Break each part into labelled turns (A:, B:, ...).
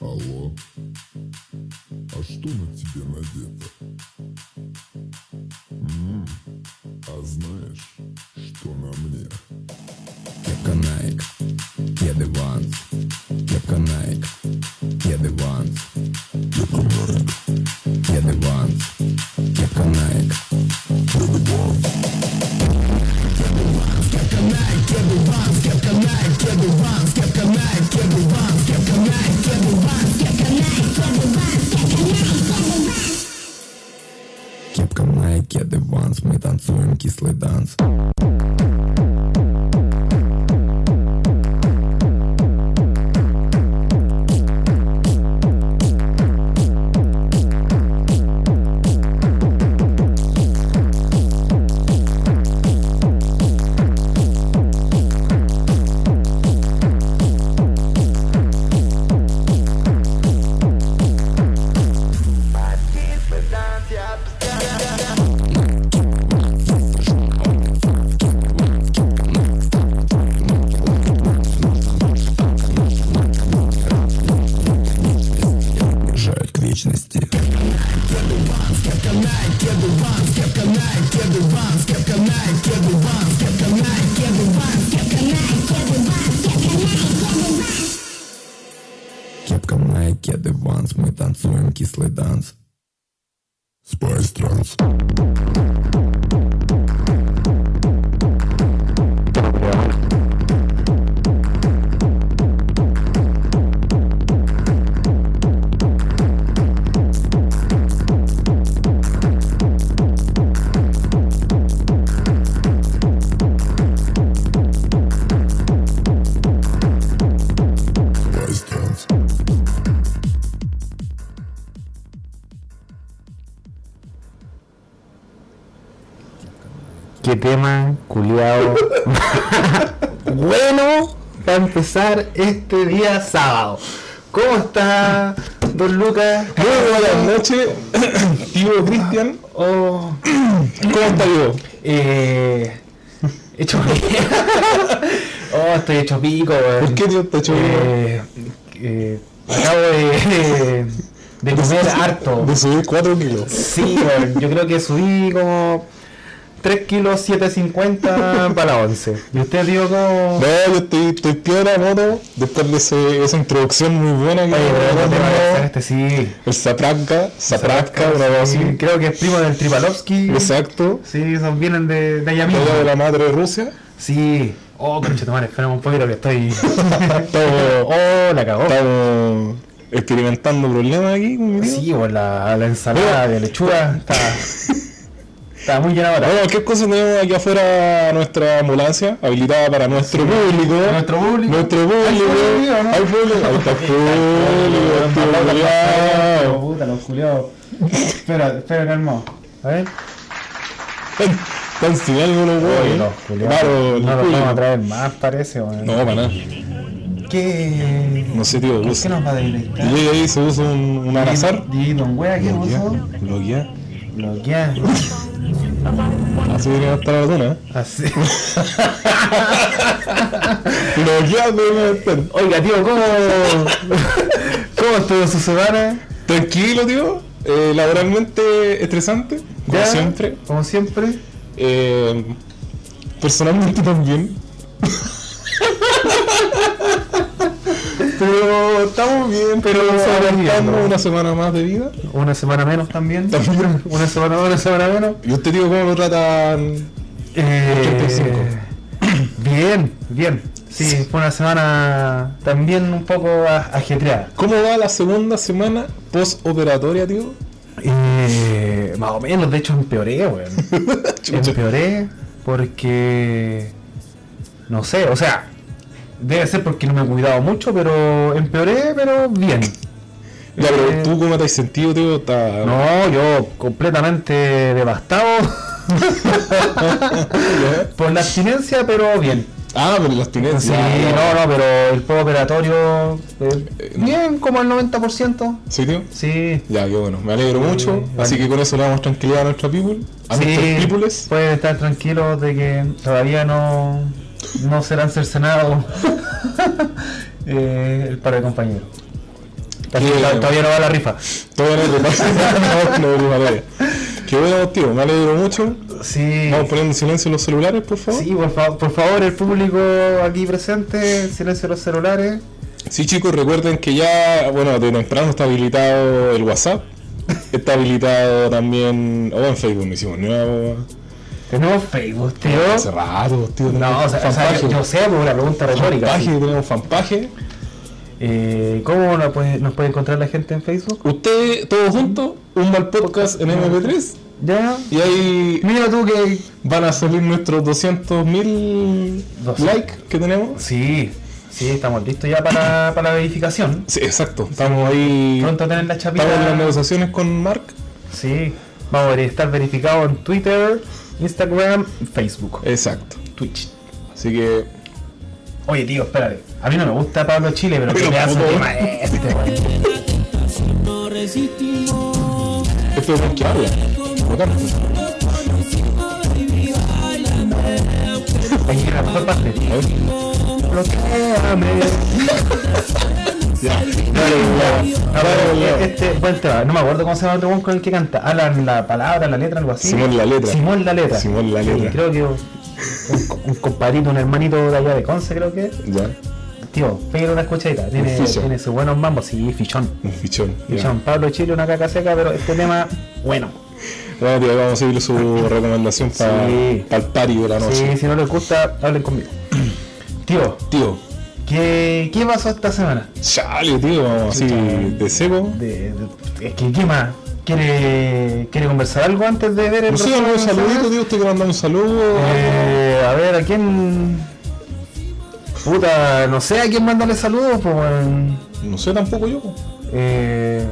A: Алло, а что на тебе надето? М, А знаешь, что на мне?
B: Кепка Nike, кеды Ванс. Кепка Nike, кеды Ванс. Кепка Nike, кеды Ванс. Кепка Nike, кепка Nike, кеды Ванс. Мы танцуем кислый данс. Бежать к вечности. Кепка Nike, кеды Ванс, мы танцуем кислый данс. Спайс транс.
A: Спайс Транс.
C: ¿Qué tema, culiao? bueno, para empezar este día sábado. ¿Cómo está, don Lucas?
D: Muy buenas noches, tío Cristian.
C: Oh,
D: ¿Cómo está yo?
C: eh, hecho Oh, estoy hecho pico, weón.
D: ¿Por qué Dios te ha hecho
C: Eh, eh, acabo de, de comer harto.
D: de subir 4 kilos?
C: Sí, weón, yo creo que subí como 3 kilos 750 para 11. Y usted dio como...
D: No, yo estoy, estoy piedra, moto, después de ese- esa introducción muy buena que
C: Oye, pero no te va a alcanzar
D: me
C: este sí.
D: El Zapranca, Zapranca, una cosa
C: Sí,
D: así.
C: Creo que es primo del Tripalovsky.
D: Exacto.
C: Sí, son, vienen de, de allá mismo.
D: Todo de la madre de Rusia.
C: Sí. Oh, conchetumare, esperemos un poquito que estoy.
D: Estamos,
C: Oh, la cagó.
D: estamos experimentando problemas aquí con mi tío.
C: Sí, o la, la ensalada de lechuga está, está muy llena ahora.
D: Bueno, cualquier cosa tenemos aquí afuera nuestra ambulancia habilitada para nuestro público.
C: Nuestro público.
D: Nuestro público.
C: público, ¿no?
D: Hay público. Ahí está el público, tío,
C: Pero
D: culiao.
C: puta, los culiados. Espera, espera, calmado. A ver.
D: Tan- Tan sin algo
C: Oye, los
D: los huevos. ¿eh?
C: culiados.
D: Claro,
C: no los
D: el
C: vamos a
D: público.
C: traer más, parece. weón.
D: No, para nada.
C: ¿Qué?
D: No sé, tío.
C: ¿Qué
D: usa.
C: nos va a deleitar?
D: Y ahí se usa un, un alazar.
C: Y don wea, ¿qué pasó?
D: Lo guía.
C: Bloquear.
D: Así viene hasta la zona.
C: Así.
D: Lo guía debe estar.
C: Oiga, tío, ¿cómo, ¿cómo estuvo su semana?
D: Tranquilo, tío. Eh, laboralmente estresante, como
C: ¿Ya?
D: siempre.
C: Como siempre.
D: Eh, personalmente también. pero estamos bien, pero
C: Pero sobreviviendo.
D: aguantando una semana más de vida.
C: Una semana menos también.
D: También.
C: Una semana más, una semana menos.
D: ¿Y usted, tío, cómo lo tratan?
C: Eh, bien, bien. Sí, fue una semana también un poco a- ajetreada.
D: ¿Cómo va la segunda semana postoperatoria, tío?
C: Eh, más o menos, de hecho empeoré, weón.
D: Chucha.
C: empeoré porque no sé, o sea, debe ser porque no me he cuidado mucho, pero empeoré, pero bien.
D: Ya,
C: Eh,
D: pero tú, ¿cómo te has sentido, tío? Está...
C: No, yo completamente devastado
D: ¿Ya?
C: por la abstinencia, pero bien.
D: Ah, pero las tienes.
C: Sí, no, no, pero el postoperatorio eh, bien, como el 90%.
D: ¿Sí, tío?
C: Sí.
D: Ya, qué bueno. Me alegro mucho.
C: vale.
D: Así que con eso le damos tranquilidad a nuestra people. A
C: Sí,
D: nuestros peoples.
C: pueden estar tranquilos de que todavía no, no serán cercenados eh, el par de compañeros.
D: Qué
C: Todavía
D: bueno.
C: todavía no va la rifa.
D: Todo lo que pasa. No, no, no, no, no. Qué bueno, tío. Me alegro mucho.
C: Sí.
D: Vamos poniendo en silencio los celulares, por favor.
C: Sí, por, fa- por favor, el público aquí presente, silencio los celulares.
D: Sí, chicos, recuerden que ya, bueno, de temprano está habilitado el WhatsApp. Está habilitado también. O en Facebook, no hicimos nuevo.
C: Tenemos Facebook, tío.
D: Hace rato, tío.
C: No, o sea, o sea, yo, yo sé, por una pregunta retórica. sí.
D: Fanpaje, tenemos fanpaje.
C: Eh, ¿Cómo nos puede, nos puede encontrar la gente en Facebook?
D: Usted, todos juntos, un mal podcast en MP3.
C: Ya.
D: Y ahí
C: Mira tú que.
D: van a salir nuestros 200.000
C: 200.
D: likes que tenemos.
C: Sí, sí, estamos listos ya para, para la verificación.
D: Sí, exacto. Estamos ahí.
C: Pronto a tener la
D: Estamos en las
C: chapita.
D: negociaciones con Mark.
C: Sí, vamos a estar verificados en Twitter, Instagram, Facebook,
D: Exacto.
C: Twitch.
D: Así que.
C: Oye, tío, espérate. A mí no me gusta Pablo Chile, pero
D: Pero
C: que me hace
D: tampoco.
C: tema este, weón.
D: Esto es lo que habla. Lo canta.
C: Oye, la mejor parte.
D: A ver.
C: Bloqueame.
D: Ya.
C: A ver,
D: Dale, ya.
C: Este, buen tema. No me acuerdo cómo se llama el weón con el que canta. Alan, la palabra, la letra, algo así.
D: Simón la letra.
C: Simón la letra.
D: Simón la
C: Sí,
D: letra.
C: creo que un, co- un compadrito, un hermanito de allá de Conce, creo que. es.
D: Ya.
C: Tío, pégale una escuchadita. Tiene,
D: Un fichón.
C: tiene sus buenos mambos. Sí, fichón.
D: Un fichón. ya.
C: Fichón. Pablo Chile, una caca seca, pero este tema, bueno.
D: Bueno, tío, vamos a seguir su recomendación para
C: Sí.
D: el party de la
C: Sí,
D: noche.
C: si no les gusta, hablen conmigo. Tío,
D: Tío.
C: ¿qué, ¿qué pasó esta semana?
D: Chale, tío, vamos así de seco.
C: De, de- es que, ¿qué más? ¿Quiere, ¿Quiere conversar algo antes de ver el
D: No sé,
C: resumen
D: un
C: de la
D: saludito,
C: semana?
D: tío, usted que manda un saludo.
C: Eh, a ver, ¿a quién? Puta, no sé a quién mandarle saludos, pues weón.
D: No sé tampoco yo.
C: Eh,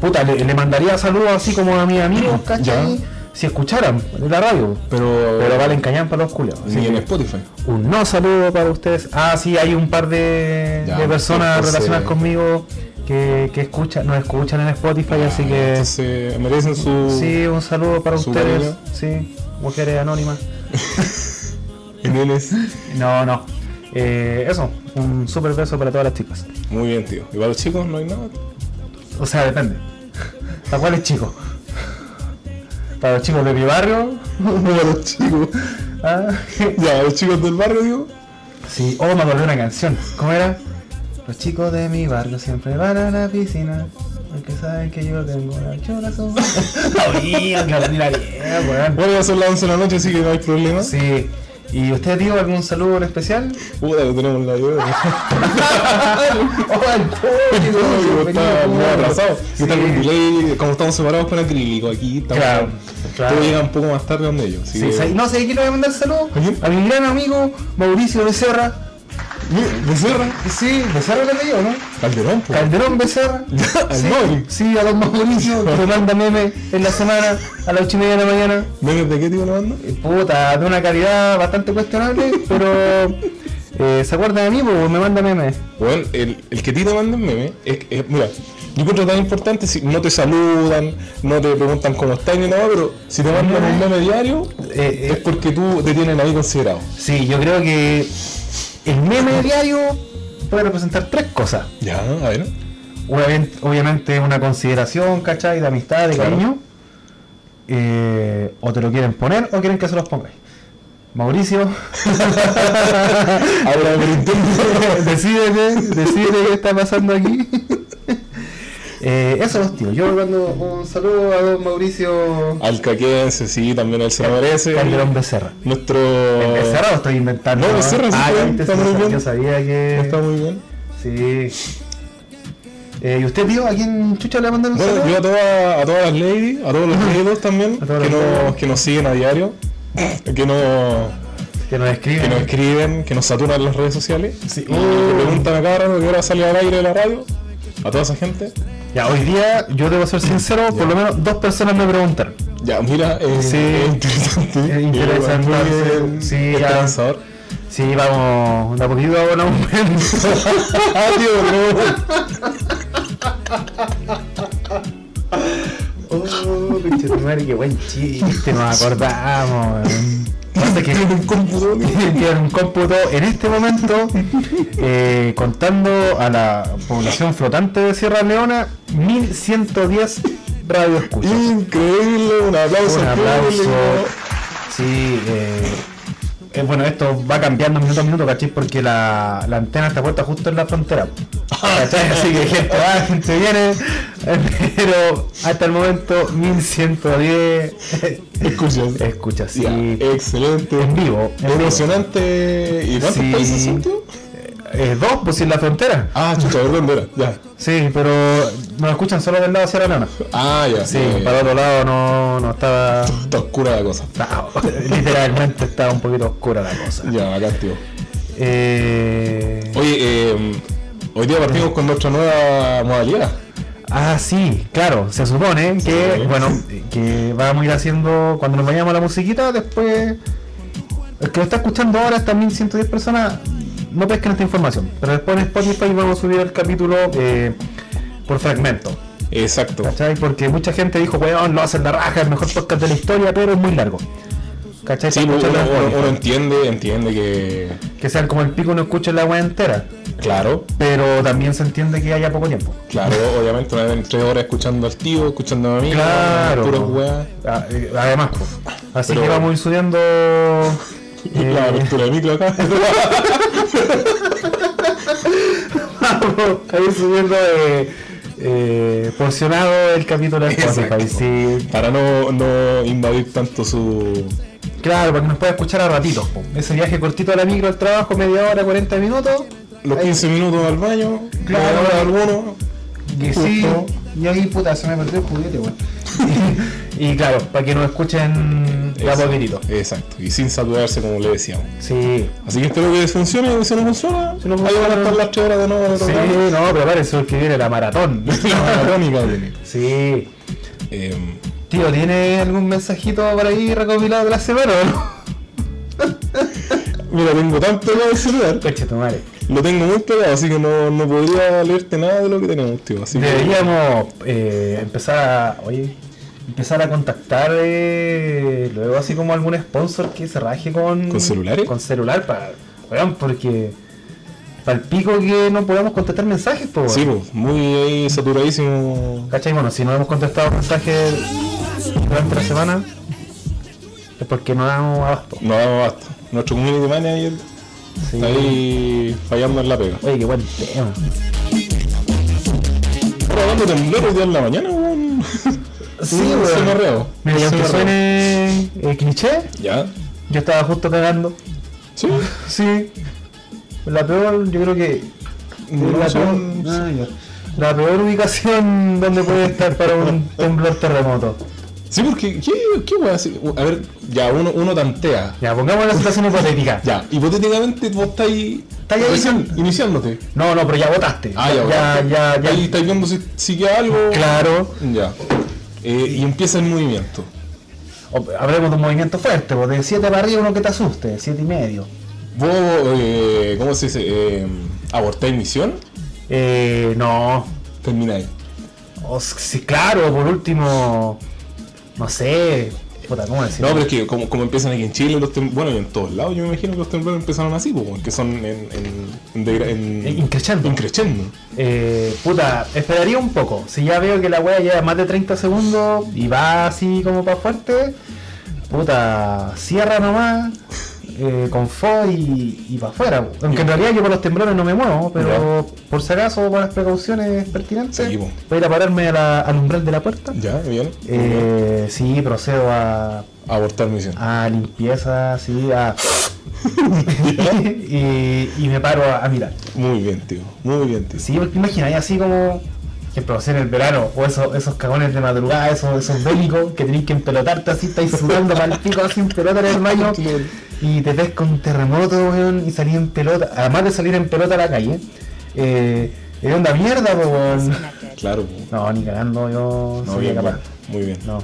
C: puta, le, le mandaría saludos así como a mis amigos, ¿cachai?
D: Ya.
C: Si escucharan en la radio.
D: Pero.
C: Pero valen cañán para los culiados. así
D: Ni en
C: que
D: Spotify.
C: Un no saludo para ustedes. Ah, sí, hay un par de,
D: Ya,
C: de personas
D: entonces-
C: relacionadas conmigo que, que escuchan, nos escuchan en Spotify, así que...
D: Entonces, merecen su.
C: Sí, un saludo para
D: Su
C: ustedes. Sí, mujeres anónimas.
D: Nenes.
C: No, no. Eh, eso, un super beso para todas las chicas.
D: Muy bien, tío. ¿Y para los chicos no hay nada?
C: O sea, depende. ¿Para cuáles chicos? ¿Para los chicos de mi barrio?
D: para los chicos.
C: Ah,
D: Ya, los chicos del barrio, digo.
C: sí, oh, me acordé de una canción. ¿Cómo era? Los chicos de mi barrio siempre van a la piscina. Porque saben que yo tengo la chola sobre- No, mía, que aprendí la bien, weón.
D: Bueno, ya son las 11 de la noche, así que no hay problema.
C: Sí. ¿Y usted, tío, algún saludo en especial?
D: Puta, lo tenemos en la
C: ¡Oh, el público!
D: Yo estaba muy atrasado.
C: Sí.
D: Yo estaba con delay, como estamos separados con acrílico aquí, estamos.
C: Claro, claro.
D: Tú llegas un poco más tarde donde ellos. así
C: Sí,
D: que-
C: sí. No sé, quiero mandar saludos
D: ¿A quién?
C: a mi gran amigo Mauricio Becerra.
D: Mira, Becerra,
C: Sí, Becerra le digo, ¿no?
D: Calderón, pues. po.
C: Calderón Becerra.
D: Al
C: Sí,
D: móvil.
C: sí, a don Mauricio, que me manda meme en la semana a las 8 y media de la mañana.
D: ¿Memes de qué tipo la banda?
C: Eh, Puta, de una calidad bastante cuestionable, pero eh, se acuerda de mí porque me manda meme.
D: Bueno, el, el que a ti te manden meme, es, es- mira, yo encuentro tan importante si no te saludan, no te preguntan cómo están ni nada, pero si te mandan un meme diario,
C: eh.
D: es porque tú te tienen ahí considerado.
C: Sí, yo creo que el meme diario puede representar tres cosas.
D: Ya, a ver.
C: Obviamente, obviamente una consideración, ¿cachai? De amistad, de
D: Claro.
C: cariño. Eh, o te lo quieren poner o quieren que se los pongáis. Mauricio,
D: Ahora me intento.
C: decídete, decídete qué está pasando aquí. Eh, eso los tíos. Yo le mando un saludo a don Mauricio
D: Al caquense, sí, también él se lo merece.
C: Calderón Becerra.
D: Nuestro.
C: Becerra lo estoy inventando.
D: No, Becerra sí
C: Ah,
D: fue,
C: ya viste,
D: está
C: sí,
D: muy
C: yo
D: bien.
C: Yo sabía que.
D: Está muy bien.
C: Sí. Eh, ¿Y usted, tío, a quién chucha le mandaron un
D: Bueno, yo
C: saludo?
D: a, toda- a todas las ladies, a todos los ladies también,
C: A todas
D: que
C: las ladies.
D: nos, que nos siguen a diario, que, no,
C: Que nos escribe.
D: que nos escriben, que nos saturan las redes sociales,
C: Sí. Uh.
D: y que preguntan a cada rato que ahora sale al aire de la radio, a toda esa gente.
C: Ya, hoy día, yo debo ser sincero, por lo menos dos personas me preguntaron.
D: Ya, mira, eh,
C: Sí.
D: es interesante.
C: Es interesante,
D: es muy, eh,
C: sí, ya.
D: esperanzador.
C: Sí, vamos, de a poquito a un aumento.
D: Ah, tío, no.
C: Oh, pinche tu madre, qué buen chiste, nos acordamos. weón. Pasa que
D: Tiene un cómputo.
C: tienen un cómputo en este momento, eh, contando a la población flotante de Sierra Leona, 1110 radioescuchas.
D: Increíble, un aplauso.
C: Un
D: al
C: aplauso.
D: público.
C: Sí, eh, eh, bueno, esto va cambiando minuto a minuto, ¿cachai? Porque la, la antena está puesta justo en la frontera. ¿Cachai? Así que gente va, gente viene. eh, Pero hasta el momento 1110
D: Escuchas.
C: escuchas. eh, Sí,
D: Ya, Excelente.
C: en vivo. en vivo.
D: Emocionante. ¿Y cuántos
C: Sí.
D: países son, tío?
C: Eh, dos, pues en la frontera.
D: Ah, chucha, perdón, era. Ya.
C: Sí, pero nos escuchan solo del lado de Sierra Leona.
D: Ah, ya.
C: Sí,
D: ya, ya.
C: para otro lado no, no estaba...
D: Está oscura la cosa.
C: no, literalmente estaba un poquito oscura la cosa.
D: Ya, acá, tío.
C: Eh,
D: Oye, eh, hoy día partimos con nuestra nueva modalidad.
C: ah, sí, claro, se supone que,
D: Sí.
C: bueno, que vamos a ir haciendo, cuando nos vayamos a la musiquita, después... El que lo está escuchando ahora, estas 1110 personas, no pesquen esta información. Pero después en Spotify vamos a subir el capítulo eh, por fragmento.
D: Exacto.
C: ¿Cachai? Porque mucha gente dijo, weón, lo hacen la raja, el mejor podcast de la historia, pero es muy largo. ¿Cachai?
D: Sí,
C: Para
D: uno,
C: escucharlo en
D: uno-
C: Spotify.
D: uno entiende, entiende que.
C: que sean como el pico no escucha la weá entera.
D: Claro,
C: Pero también se entiende que haya poco tiempo.
D: claro, obviamente, una vez en tres horas escuchando al tío, escuchando a mí,
C: Claro.
D: puras weas.
C: Ah, eh, Además, pues. Así
D: Pero-
C: que vamos a ir subiendo.
D: La
C: eh,
D: apertura de micro acá.
C: vamos a ir subiendo eh, eh, porcionado el capítulo de Spotify.
D: Exacto.
C: Sí,
D: Para no, no invadir tanto su.
C: claro, para que nos pueda escuchar a ratitos. po. Ese viaje cortito a la micro al trabajo, media hora, 40 minutos.
D: los 15 minutos al baño,
C: Claro.
D: claro, alguno.
C: Y sí, y ahí puta, se me perdió el juguete, weón. y, y claro, para que nos escuchen de a
D: Exacto,
C: poquitito.
D: Exacto, y sin saturarse como le decíamos.
C: Sí.
D: Así que espero que les funcione, y si no funciona,
C: Si no
D: ahí van a
C: funciona-
D: estar las 3 horas de nuevo en otro
C: Sí,
D: lado.
C: no, prepárense porque viene la maratón.
D: La maratónica, Denis.
C: sí.
D: Em,
C: Tío, ¿tiene algún mensajito por ahí recopilado de la semana o no?
D: Mira, tengo tanto que celular,
C: Coche tu madre.
D: lo tengo muy pegado, así que no, no podría leerte nada de lo que tenemos, tío. Así que
C: Deberíamos eh, empezar a. Oye. Empezar a contactar eh, luego así como algún sponsor que se raje con.
D: ¿Con celulares?
C: Con celular para. Weón, porque. Para el pico que no podamos contestar mensajes, po.
D: Sí, pues, muy ahí saturadísimo.
C: ¿Cachai? Bueno, si no hemos contestado mensajes durante la semana, es porque no damos abasto.
D: No damos basta. Nuestro community manager
C: Sí.
D: está ahí fallando en la pega.
C: Oye, qué buen tema.
D: Ahora dando temblores ya en la mañana, weón.
C: Sí,
D: Se me
C: weón.
D: arreo.
C: Mira, y
D: Se
C: aunque
D: me
C: suene eh, cliché,
D: Ya.
C: yo estaba justo cagando.
D: Sí.
C: Sí. La peor, yo creo que.
D: No,
C: la, peor,
D: son- Ah,
C: la peor ubicación donde puede estar para un temblor terremoto.
D: Sí, porque, ¿qué, qué weá? Sí, A ver, ya, uno, uno tantea.
C: Ya, pongamos la situación hipotética.
D: Ya, hipotéticamente vos estáis.
C: ahí
D: recién iniciándote.
C: No, no, pero ya votaste.
D: Ah, ya,
C: ya,
D: bueno.
C: ya, ya.
D: Ahí estáis viendo si, si queda algo.
C: Claro.
D: Ya. Eh, y empieza el movimiento.
C: O- Hablemos de un movimiento fuerte, pues de 7 para arriba uno que te asuste, 7 y medio.
D: Vos, eh, ¿cómo se dice? Eh, ¿Abortáis misión?
C: Eh, no.
D: Termináis.
C: O s- sí, claro, por último. No sé. Puta, ¿cómo
D: No,
C: decirlo?
D: pero es que como, como empiezan aquí en Chile, los tem- bueno, y en todos lados, yo me imagino que los temblores empezaron así, pues, que son en... en, en, degra- en-
C: En- en crescendo.
D: en crescendo.
C: Eh, puta, esperaría un poco. Si ya veo que la wea lleva más de 30 segundos y va así como para fuerte, puta, cierra nomás. eh, con fo y, y para afuera. Aunque en realidad yo por los temblores no me muevo, pero por si acaso, por las precauciones pertinentes,
D: Sí, po.
C: voy a ir a pararme a la- al umbral de la puerta.
D: Ya, bien.
C: Eh, sí, procedo a,
D: Abortar misión.
C: a limpieza, sí, a... y, y me paro a, a mirar.
D: Muy bien, tío. Muy bien, tío.
C: Sí, porque imagináis así como, por ejemplo, así en el verano, o esos, esos cagones de madrugada, esos, esos bélicos que tenéis que empelotarte así, estáis sudando para el pico así en pelota en el baño y te ves con un terremoto, weón, y salís en pelota, además de salir en pelota a la calle, eh, es onda mierda, po, weón.
D: Claro, pues.
C: No, ni cagando, yo
D: No,
C: sería
D: bien,
C: capaz.
D: bien. Muy bien.
C: No.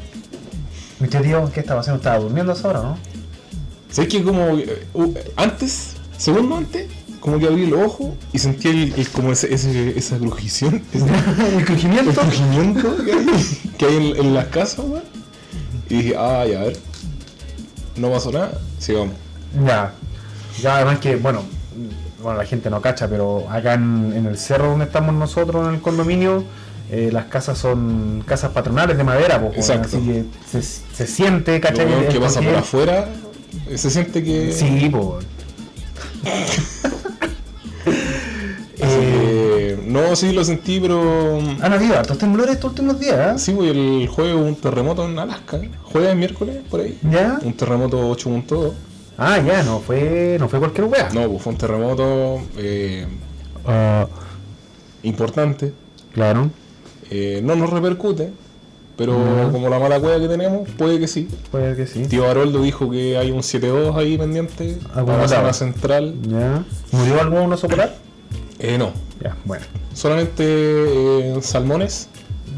C: ¿Y usted, tío, qué estaba haciendo? ¿Estaba durmiendo a esa hora, no?
D: ¿Sabes que como eh, u- antes, segundo antes, como que abrí el ojo y sentí el, el- como ese, ese- esa crujición, ese
C: el crujimiento.
D: el crujimiento que hay, que hay en, en las casas, weón? Y dije, ay, a ver. no pasó nada, sigamos.
C: Ya. Ya, además que, bueno, bueno, la gente no cacha, pero acá en, en el cerro donde estamos nosotros, en el condominio, eh, las casas son casas patronales de madera, pues, weón,
D: Exacto.
C: así que se, se siente,
D: Lo
C: ¿cachai?
D: weón
C: El-
D: que
C: el
D: pasa por
C: porqué.
D: afuera eh, se siente que.
C: Sí, pues. weón.
D: Así
C: Eh,
D: que, no, sí, lo sentí, pero.
C: han habido hartos temblores estos últimos días, ¿ah?
D: Sí, güey, el jueves hubo un terremoto en Alaska. Jueves, miércoles, por ahí.
C: ¿eh? ¿Ya?
D: Un terremoto 8.2.
C: Ah, ya, no fue, no fue cualquier wea.
D: No, pues fue un terremoto eh,
C: Ah,
D: importante.
C: claro.
D: Eh, no nos repercute, pero
C: Ujú.
D: como la mala cueva que tenemos, puede que sí.
C: Puede que sí.
D: Tío Haroldo dijo que hay un 7-2 ahí pendiente
C: Ah,
D: para
C: bueno,
D: la
C: claro.
D: zona central.
C: ¿Ya? ¿Murió algún oso polar?
D: Eh, no,
C: Ya, bueno.
D: solamente eh, salmones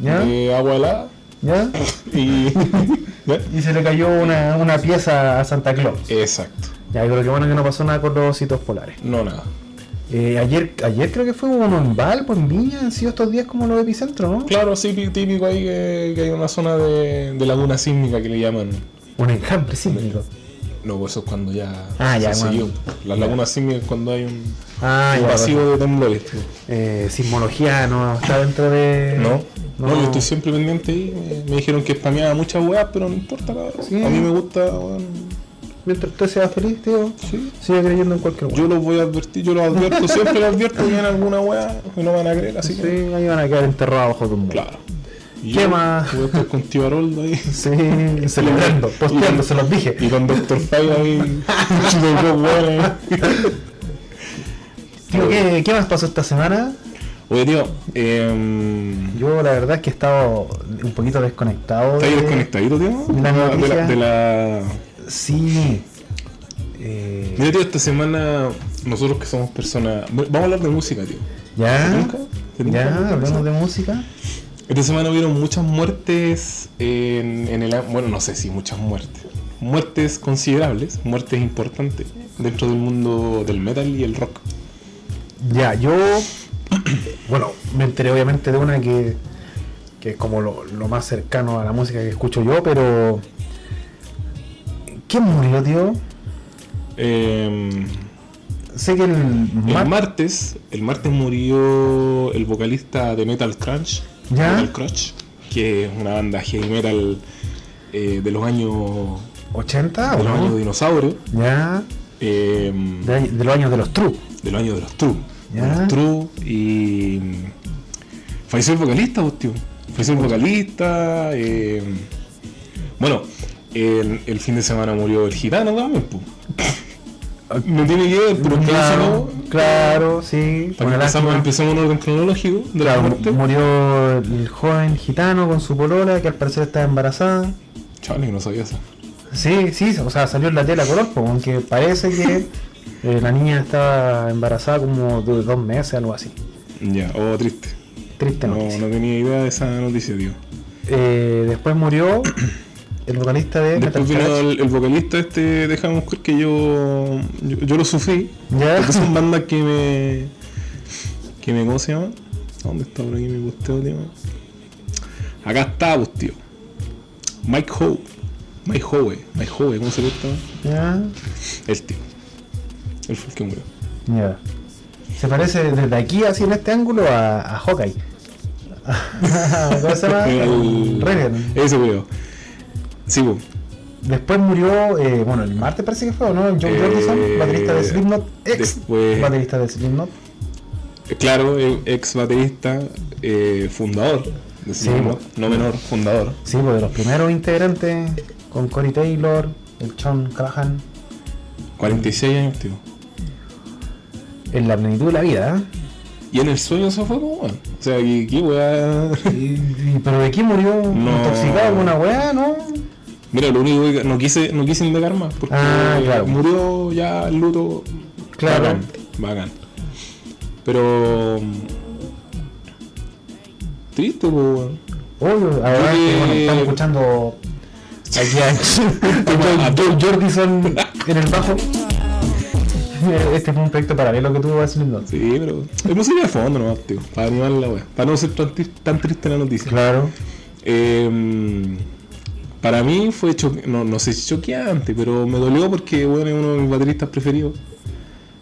C: ¿Ya?
D: de agua helada
C: ¿Ya?
D: y. ¿Ya?
C: Y se le cayó una, una pieza a Santa Claus.
D: Exacto,
C: Ya, pero qué bueno que no pasó nada con los ositos polares.
D: no nada.
C: Eh, ayer, ayer creo que fue uno en Valpo, en Viña, han sido estos días como los epicentros, ¿no?
D: Claro, sí, pi- típico ahí que, que hay una zona de, de laguna sísmica que le llaman.
C: Un enjambre sísmico.
D: No, pues eso es cuando ya.
C: Ah, ya,
D: se
C: bueno.
D: siguió. Las lagunas sísmicas es cuando hay un,
C: Ah,
D: un
C: ya.
D: vacío de temblores. tío.
C: Eh, sismología no está dentro de.
D: No, no,
C: No.
D: yo estoy siempre pendiente ahí. Eh, Me, me dijeron que spameaba muchas weas, pero no importa, cabrón.
C: Sí.
D: A mí me gusta, weón.
C: Mientras usted sea feliz, tío,
D: Sí.
C: sigue creyendo en cualquier
D: Yo los voy a advertir, yo los advierto, siempre los advierto que en alguna wea que no van a creer, así
C: Sí,
D: que.
C: ahí van a quedar enterrados bajo tu muro.
D: Claro. Y
C: ¿Qué
D: yo
C: más?
D: voy a estar con tío Haroldo ahí.
C: Sí, celebrando, posteando, se los dije.
D: Y con Doctor Fire ahí. los dos weones ahí.
C: Tío, ¿qué, qué más pasó esta semana?
D: Oye, tío, eh,
C: Yo la verdad es que he estado un poquito desconectado.
D: ¿estás ahí
C: de-
D: desconectadito, este tío?
C: de
D: Ah,
C: la
D: de la,
C: noticia.
D: de la-
C: Sí. Eh,
D: Mira, tío, esta semana nosotros que somos personas. Vamos a hablar de música, tío.
C: ya,
D: ¿Nunca?
C: ya,
D: ¿Nunca?
C: hablemos de música.
D: Esta semana hubieron muchas muertes en, en el... Bueno, no sé si muchas muertes. Muertes considerables, muertes importantes dentro del mundo del metal y el rock.
C: Ya, yo. Bueno, me enteré obviamente de una que, que es como lo, lo más cercano a la música que escucho yo, pero. ¿Quién murió, tío?
D: Eh,
C: Sé que el.
D: el
C: Mar-
D: martes, el martes murió el vocalista de Metal Crunch,
C: ¿Ya?
D: Metal Crunch, que es una banda heavy metal eh, de los años
C: ¿80
D: de
C: o
D: los
C: no?
D: años dinosaurio,
C: Ya,
D: eh,
C: Ah, de, ahí- de los años de los True.
D: de los años de los True, de
C: ¿Ya?
D: los True y falleció el vocalista, pues, tío. Falleció el vocalista. eh, Bueno, el, el fin de semana murió el gitano también, pues. No tiene que ver, pero
C: Claro,
D: claro,
C: claro, sí.
D: para
C: Una
D: que empezamos,
C: lástima.
D: empezamos en orden cronológico de la
C: Claro,
D: muerte.
C: murió el joven gitano con su polola que al parecer estaba embarazada.
D: Chale, que no sabía eso.
C: Sí, sí, o sea, salió en la tela color, po, aunque parece que eh, la niña estaba embarazada como de dos meses, algo así.
D: Ya, oh, triste.
C: Triste
D: No,
C: noticia.
D: no tenía idea de esa noticia, tío.
C: Eh, después murió el vocalista de
D: Después
C: Metal
D: vino
C: Church.
D: el, el vocalista este de Hammond Square que yo, yo, yo lo sufrí.
C: Ya.
D: Porque son bandas que me. que me. ¿Cómo se llama? ¿Dónde está por aquí mi posteo, tío? Acá está, pues, tío. Mike Howe. Mike Howe. Mike Howe, ¿cómo se gusta?
C: Ya,
D: El tío. Él fue el que murió.
C: ya. Se parece desde aquí, así en este ángulo, a, a Hawkeye. ¿Cómo se llama?
D: El-
C: Raven.
D: Ese murió. Sí, pues.
C: Después murió, eh, bueno, el martes parece que fue, ¿o ¿no? John
D: Eh,
C: Robinson, baterista de Slipknot, ex
D: después-
C: baterista de Slipknot.
D: Claro, eh, ex baterista, eh, fundador. de
C: Sí,
D: Slipknot,
C: pues.
D: no menor, fundador.
C: Sí, pues de los primeros integrantes, con Corey Taylor, el Sean Callahan,
D: 46 años, tío.
C: en la plenitud de la vida. ¿eh?
D: Y en el sueño se fue, pues, weón. O sea, que, que weá.
C: Y- y- ¿Pero de quién murió?
D: No.
C: ¿Intoxicado con una weá, no?
D: Mira, lo único que no quise, no quise indagar más, porque
C: Ah, claro.
D: murió ya el luto.
C: Claro.
D: Bacán, bacán. Pero. Triste, pues, weón.
C: Obvio, ahora
D: Yo
C: que,
D: que-
C: bueno, estamos escuchando aquí a,
D: A
C: Jordison en el bajo. Este fue un proyecto paralelo que tuvo a Slipknot.
D: Sí, pero. Es música de fondo nomás, tío. Para animar la weá. Para no ser tan, tri- tan triste la noticia.
C: Claro.
D: Eh, Para mí fue choque- no, no sé si choqueante, pero me dolió porque bueno, es uno de mis bateristas preferidos.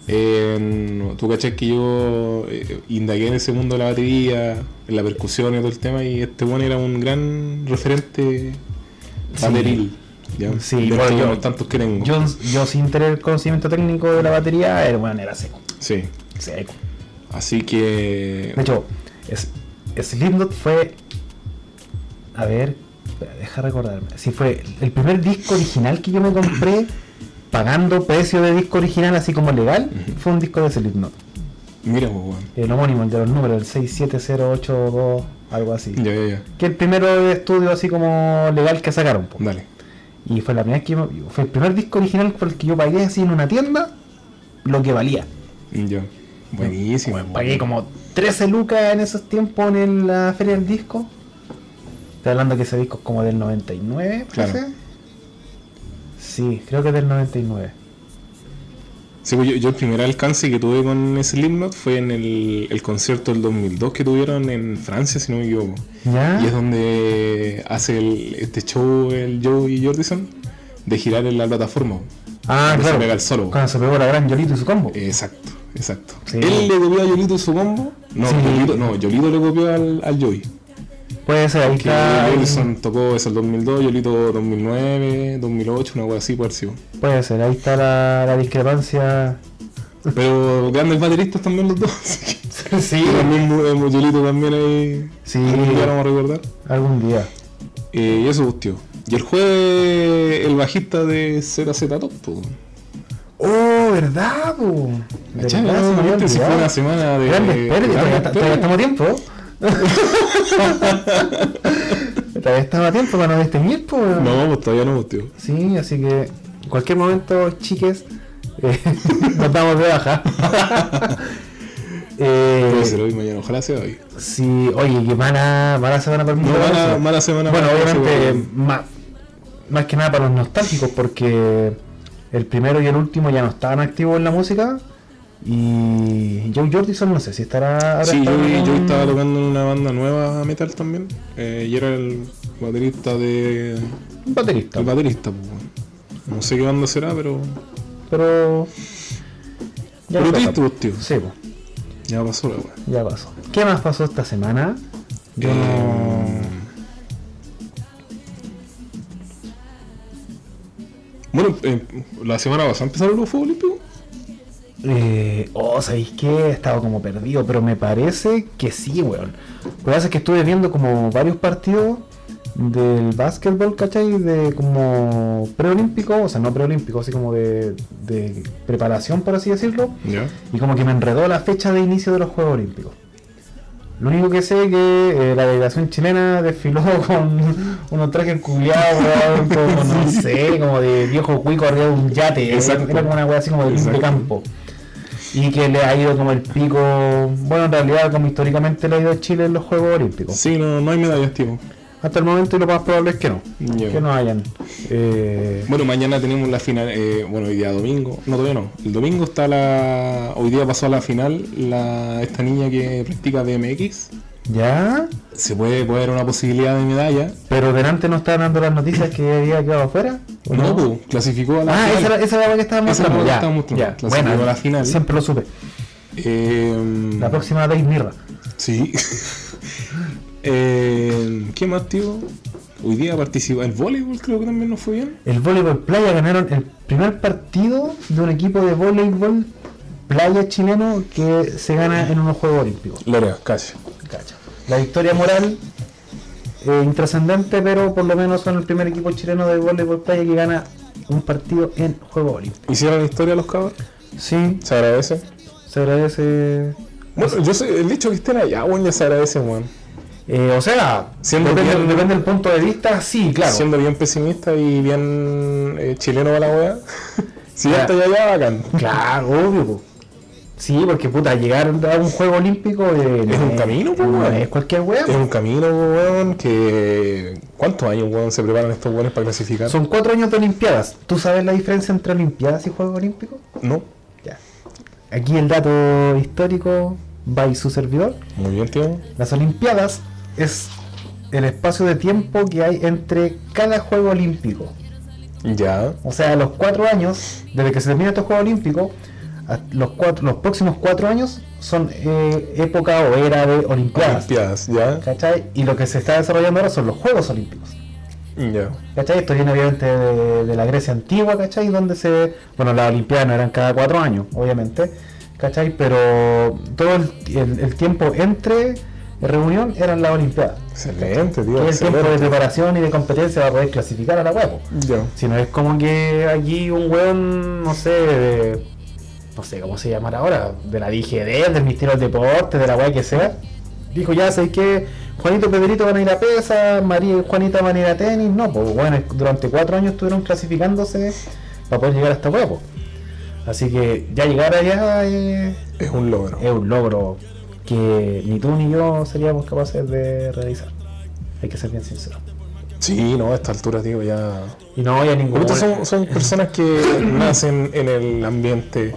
D: Eh, no, Tú cachás que yo eh, indagué en ese mundo de la batería, en la percusión y todo el tema, y este bueno era un gran referente bateril. ¿ya?
C: Sí,
D: Dentro
C: bueno,
D: de
C: yo-
D: los tantos que tengo.
C: Yo, yo sin tener conocimiento técnico de la batería, el weón era seco.
D: Sí.
C: Seco.
D: Así que.
C: De hecho, es, Slipknot fue. A ver, espera, deja recordarme. Si fue el primer disco original que yo me compré pagando precio de disco original, así como legal, fue un disco de Slipknot.
D: Mira, pues, weón.
C: El homónimo, el de los números, el 67082, algo así.
D: Ya, ya, ya.
C: Que el primero de estudio así como legal que sacaron. po.
D: Dale.
C: Y fue la primera vez que yo- fue el primer disco original por el que yo pagué así en una tienda lo que valía.
D: Ya. Buenísimo.
C: Bueno,
D: weón.
C: pagué como 13 lucas en esos tiempos en la feria del disco. Estoy hablando que ese disco es como del 99,
D: Claro.
C: parece. Sí, creo que es del 99.
D: Sí, pues, yo, yo el primer alcance que tuve con Slipknot fue en el, el concierto del 2002 que tuvieron en Francia, si no me equivoco.
C: ¿Ya?
D: Y es donde hace el- este show el Joey Jordison de girar en la plataforma.
C: ah,
D: donde se
C: claro.
D: pega el solo. Eh,
C: Cuando se pegó la gran Yolito y su combo.
D: Exacto, exacto.
C: Sí.
D: Él le copió a Yolito su combo. No,
C: Sí.
D: Yolito, no, Yolito le copió al, al Joey.
C: Puede ser, ahí
D: Que
C: está. ahí-
D: Jordison tocó eso el 2002, Yolito 2009, 2008, una cosa así, por si.
C: Puede ser, ahí está la, la discrepancia.
D: Pero grandes bateristas también los dos. así que-
C: sí,
D: Y también eh, Yolito también ahí.
C: Sí.
D: algún día lo vamos a recordar.
C: algún día.
D: Eh, y eso, pues, tío. Y el jueves, el bajista de ZZ Top, pues.
C: Oh, ¿verdad? po?
D: ¿Cachai?
C: ¿Verdad?
D: No,
C: Se me había
D: viste, si fue
C: olvidado.
D: una semana de.
C: Grandes
D: de-
C: pérdidas, todavía, todavía
D: grandes pérdidas.
C: estamos a tiempo. todavía estamos a tiempo para no distinguir, pues. weón.
D: No, pues todavía no, pues, tío.
C: Sí, así que en cualquier momento, chiques, eh, nos damos de baja. Eh,
D: Puede ser hoy, mañana, ojalá sea hoy.
C: sí, oye, qué mala, mala semana para el
D: No,
C: mundo. de la
D: mala,
C: música.
D: mala semana.
C: Bueno,
D: mala
C: obviamente,
D: semana.
C: más, más que nada para los nostálgicos, porque el primero y el último ya no estaban activos en la música. Y Joe Jordison, no sé si estará. ahora
D: Sí,
C: está
D: yo,
C: con-
D: yo estaba tocando en una banda nueva metal también. eh, y era el baterista de.
C: Un baterista.
D: El baterista, pues, bueno. No sé qué banda será, pero.
C: Pero. Ya
D: pero
C: pasó.
D: triste, pues, tío.
C: Sí, po,
D: Ya pasó la weá.
C: ya pasó. ¿Qué más pasó esta semana? Yo no-
D: Eh, Bueno, eh, la semana pasada empezaron los Juegos Olímpicos.
C: Eh, oh, ¿sabéis qué? He estado como perdido, pero me parece que sí, weón. Lo que pasa es que estuve viendo como varios partidos del básquetbol, ¿cachai? De como preolímpico, o sea, no preolímpico, así como de, de preparación, por así decirlo.
D: Ya.
C: Y como que me enredó la fecha de inicio de los Juegos Olímpicos. Lo único que sé es que eh, la delegación chilena desfiló con unos trajes culiados, weón, como no sé, como de viejo cuico arriba de un yate.
D: Exacto.
C: Era como una weá así como de, de
D: Exacto.
C: campo. Y que le ha ido como el pico. Bueno, en realidad, como históricamente le ha ido a Chile en los Juegos Olímpicos.
D: Sí, no, no hay medallas, tío.
C: Hasta el momento, lo más probable es que no.
D: Ya.
C: Que no hayan. Eh,
D: Bueno, mañana tenemos la final. eh, bueno, hoy día domingo. No, todavía no. El domingo está la. Hoy día pasó a la final la... esta niña que practica BMX.
C: ya.
D: Se puede poner una posibilidad de medalla.
C: Pero delante no estaban dando las noticias que había quedado afuera. ¿o
D: No, pues, clasificó a la
C: Ah,
D: final.
C: esa era, esa era la que estábamos
D: Esa era la
C: mostrando.
D: que
C: Ya,
D: estaba mostrando.
C: ya.
D: La sacó
C: Bueno,
D: a la final.
C: Siempre lo supe.
D: Eh,
C: La próxima Dave Mirra.
D: Sí. eh, ¿Qué más, tío? Hoy día participa el voleibol, creo que también nos fue bien.
C: El voleibol playa ganaron el primer partido de un equipo de voleibol playa chileno que se gana en unos Juegos Olímpicos.
D: Lora, casi.
C: Cacha. La victoria moral eh, intrascendente, pero por lo menos son el primer equipo chileno de voleibol playa que gana un partido en Juegos Olímpicos.
D: ¿Hicieron historia los cabros?
C: Sí,
D: Se agradece.
C: se agradece.
D: Bueno, yo sé, el hecho que estén allá, bueno, ya se agradece, weón.
C: Eh, o sea,
D: Siendo
C: depende,
D: bien-
C: depende del punto de vista, sí, claro.
D: Siendo bien pesimista y bien eh, chileno para la weá. si ya
C: Ya.
D: está allá, bacán.
C: Claro, obvio, po. Sí, porque puta, llegar a un juego olímpico eh, no
D: Es un camino, po,
C: no
D: weón.
C: es cualquier weá.
D: Es un camino, weón, que... ¿Cuántos años, weón, se preparan estos weones para clasificar?
C: pues. Son cuatro años de Olimpiadas. ¿Tú sabes la diferencia entre Olimpiadas y Juegos Olímpicos?
D: No.
C: Ya. Aquí el dato histórico va y su servidor.
D: Muy bien, tío.
C: Las Olimpiadas es el espacio de tiempo que hay entre cada juego olímpico.
D: Ya.
C: O sea, a los cuatro años, desde que se termina este juego olímpico, a- los, cuatro, los próximos cuatro años son eh, época o era de Olimpiadas.
D: Olimpiadas, ya.
C: ¿Cachai? Y lo que se está desarrollando ahora son los Juegos Olímpicos.
D: Ya.
C: ¿Cachai? Esto viene obviamente de, de la Grecia antigua, ¿cachai? Donde se... Bueno, las Olimpiadas no eran cada cuatro años, obviamente. ¿Cachai? Pero todo el, el- el tiempo entre reunión eran las Olimpiadas.
D: Excelente, tío.
C: Todo el tiempo de
D: excelente.
C: preparación y de competencia para poder clasificar a la huevo.
D: Ya.
C: Si no es como que aquí un weón, no sé, de- no sé cómo se llamará ahora, de la DGD, del Ministerio del Deporte, de la weá que sea, dijo ya, sé que Juanito y Pedrito van a ir a pesa, María y Juanita van a ir a tenis, no, pues bueno, durante cuatro años estuvieron clasificándose para poder llegar a esta hueá, pues. Así que ya llegar allá eh,
D: Es un logro.
C: es un logro que ni tú ni yo seríamos capaces de realizar. Hay que ser bien sincero.
D: Sí, no, a esta altura, tío, ya.
C: Y no voy a ningún
D: Puta, son, son personas que nacen en el ambiente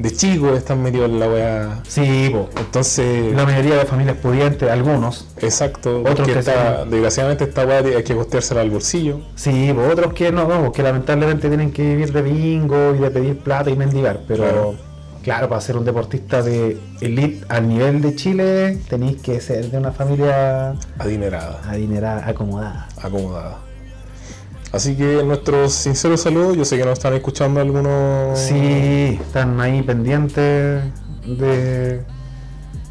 D: de chicos, están metidos en la weá.
C: Sí, pues.
D: Entonces,
C: La mayoría de las familias pudientes, algunos,
D: exacto,
C: Otros
D: porque
C: que
D: está,
C: son-
D: desgraciadamente esta weá hay que costeársela al bolsillo.
C: sí, po, otros que no, no, que lamentablemente tienen que vivir de bingo y de pedir plata y mendigar, pero
D: Claro.
C: claro, para ser un deportista de elite al nivel de Chile tenéis que ser de una familia
D: Adinerada,
C: adinerada, acomodada.
D: acomodada. Así que nuestros sinceros saludos, yo sé que nos están escuchando algunos...
C: Sí, están ahí pendientes de...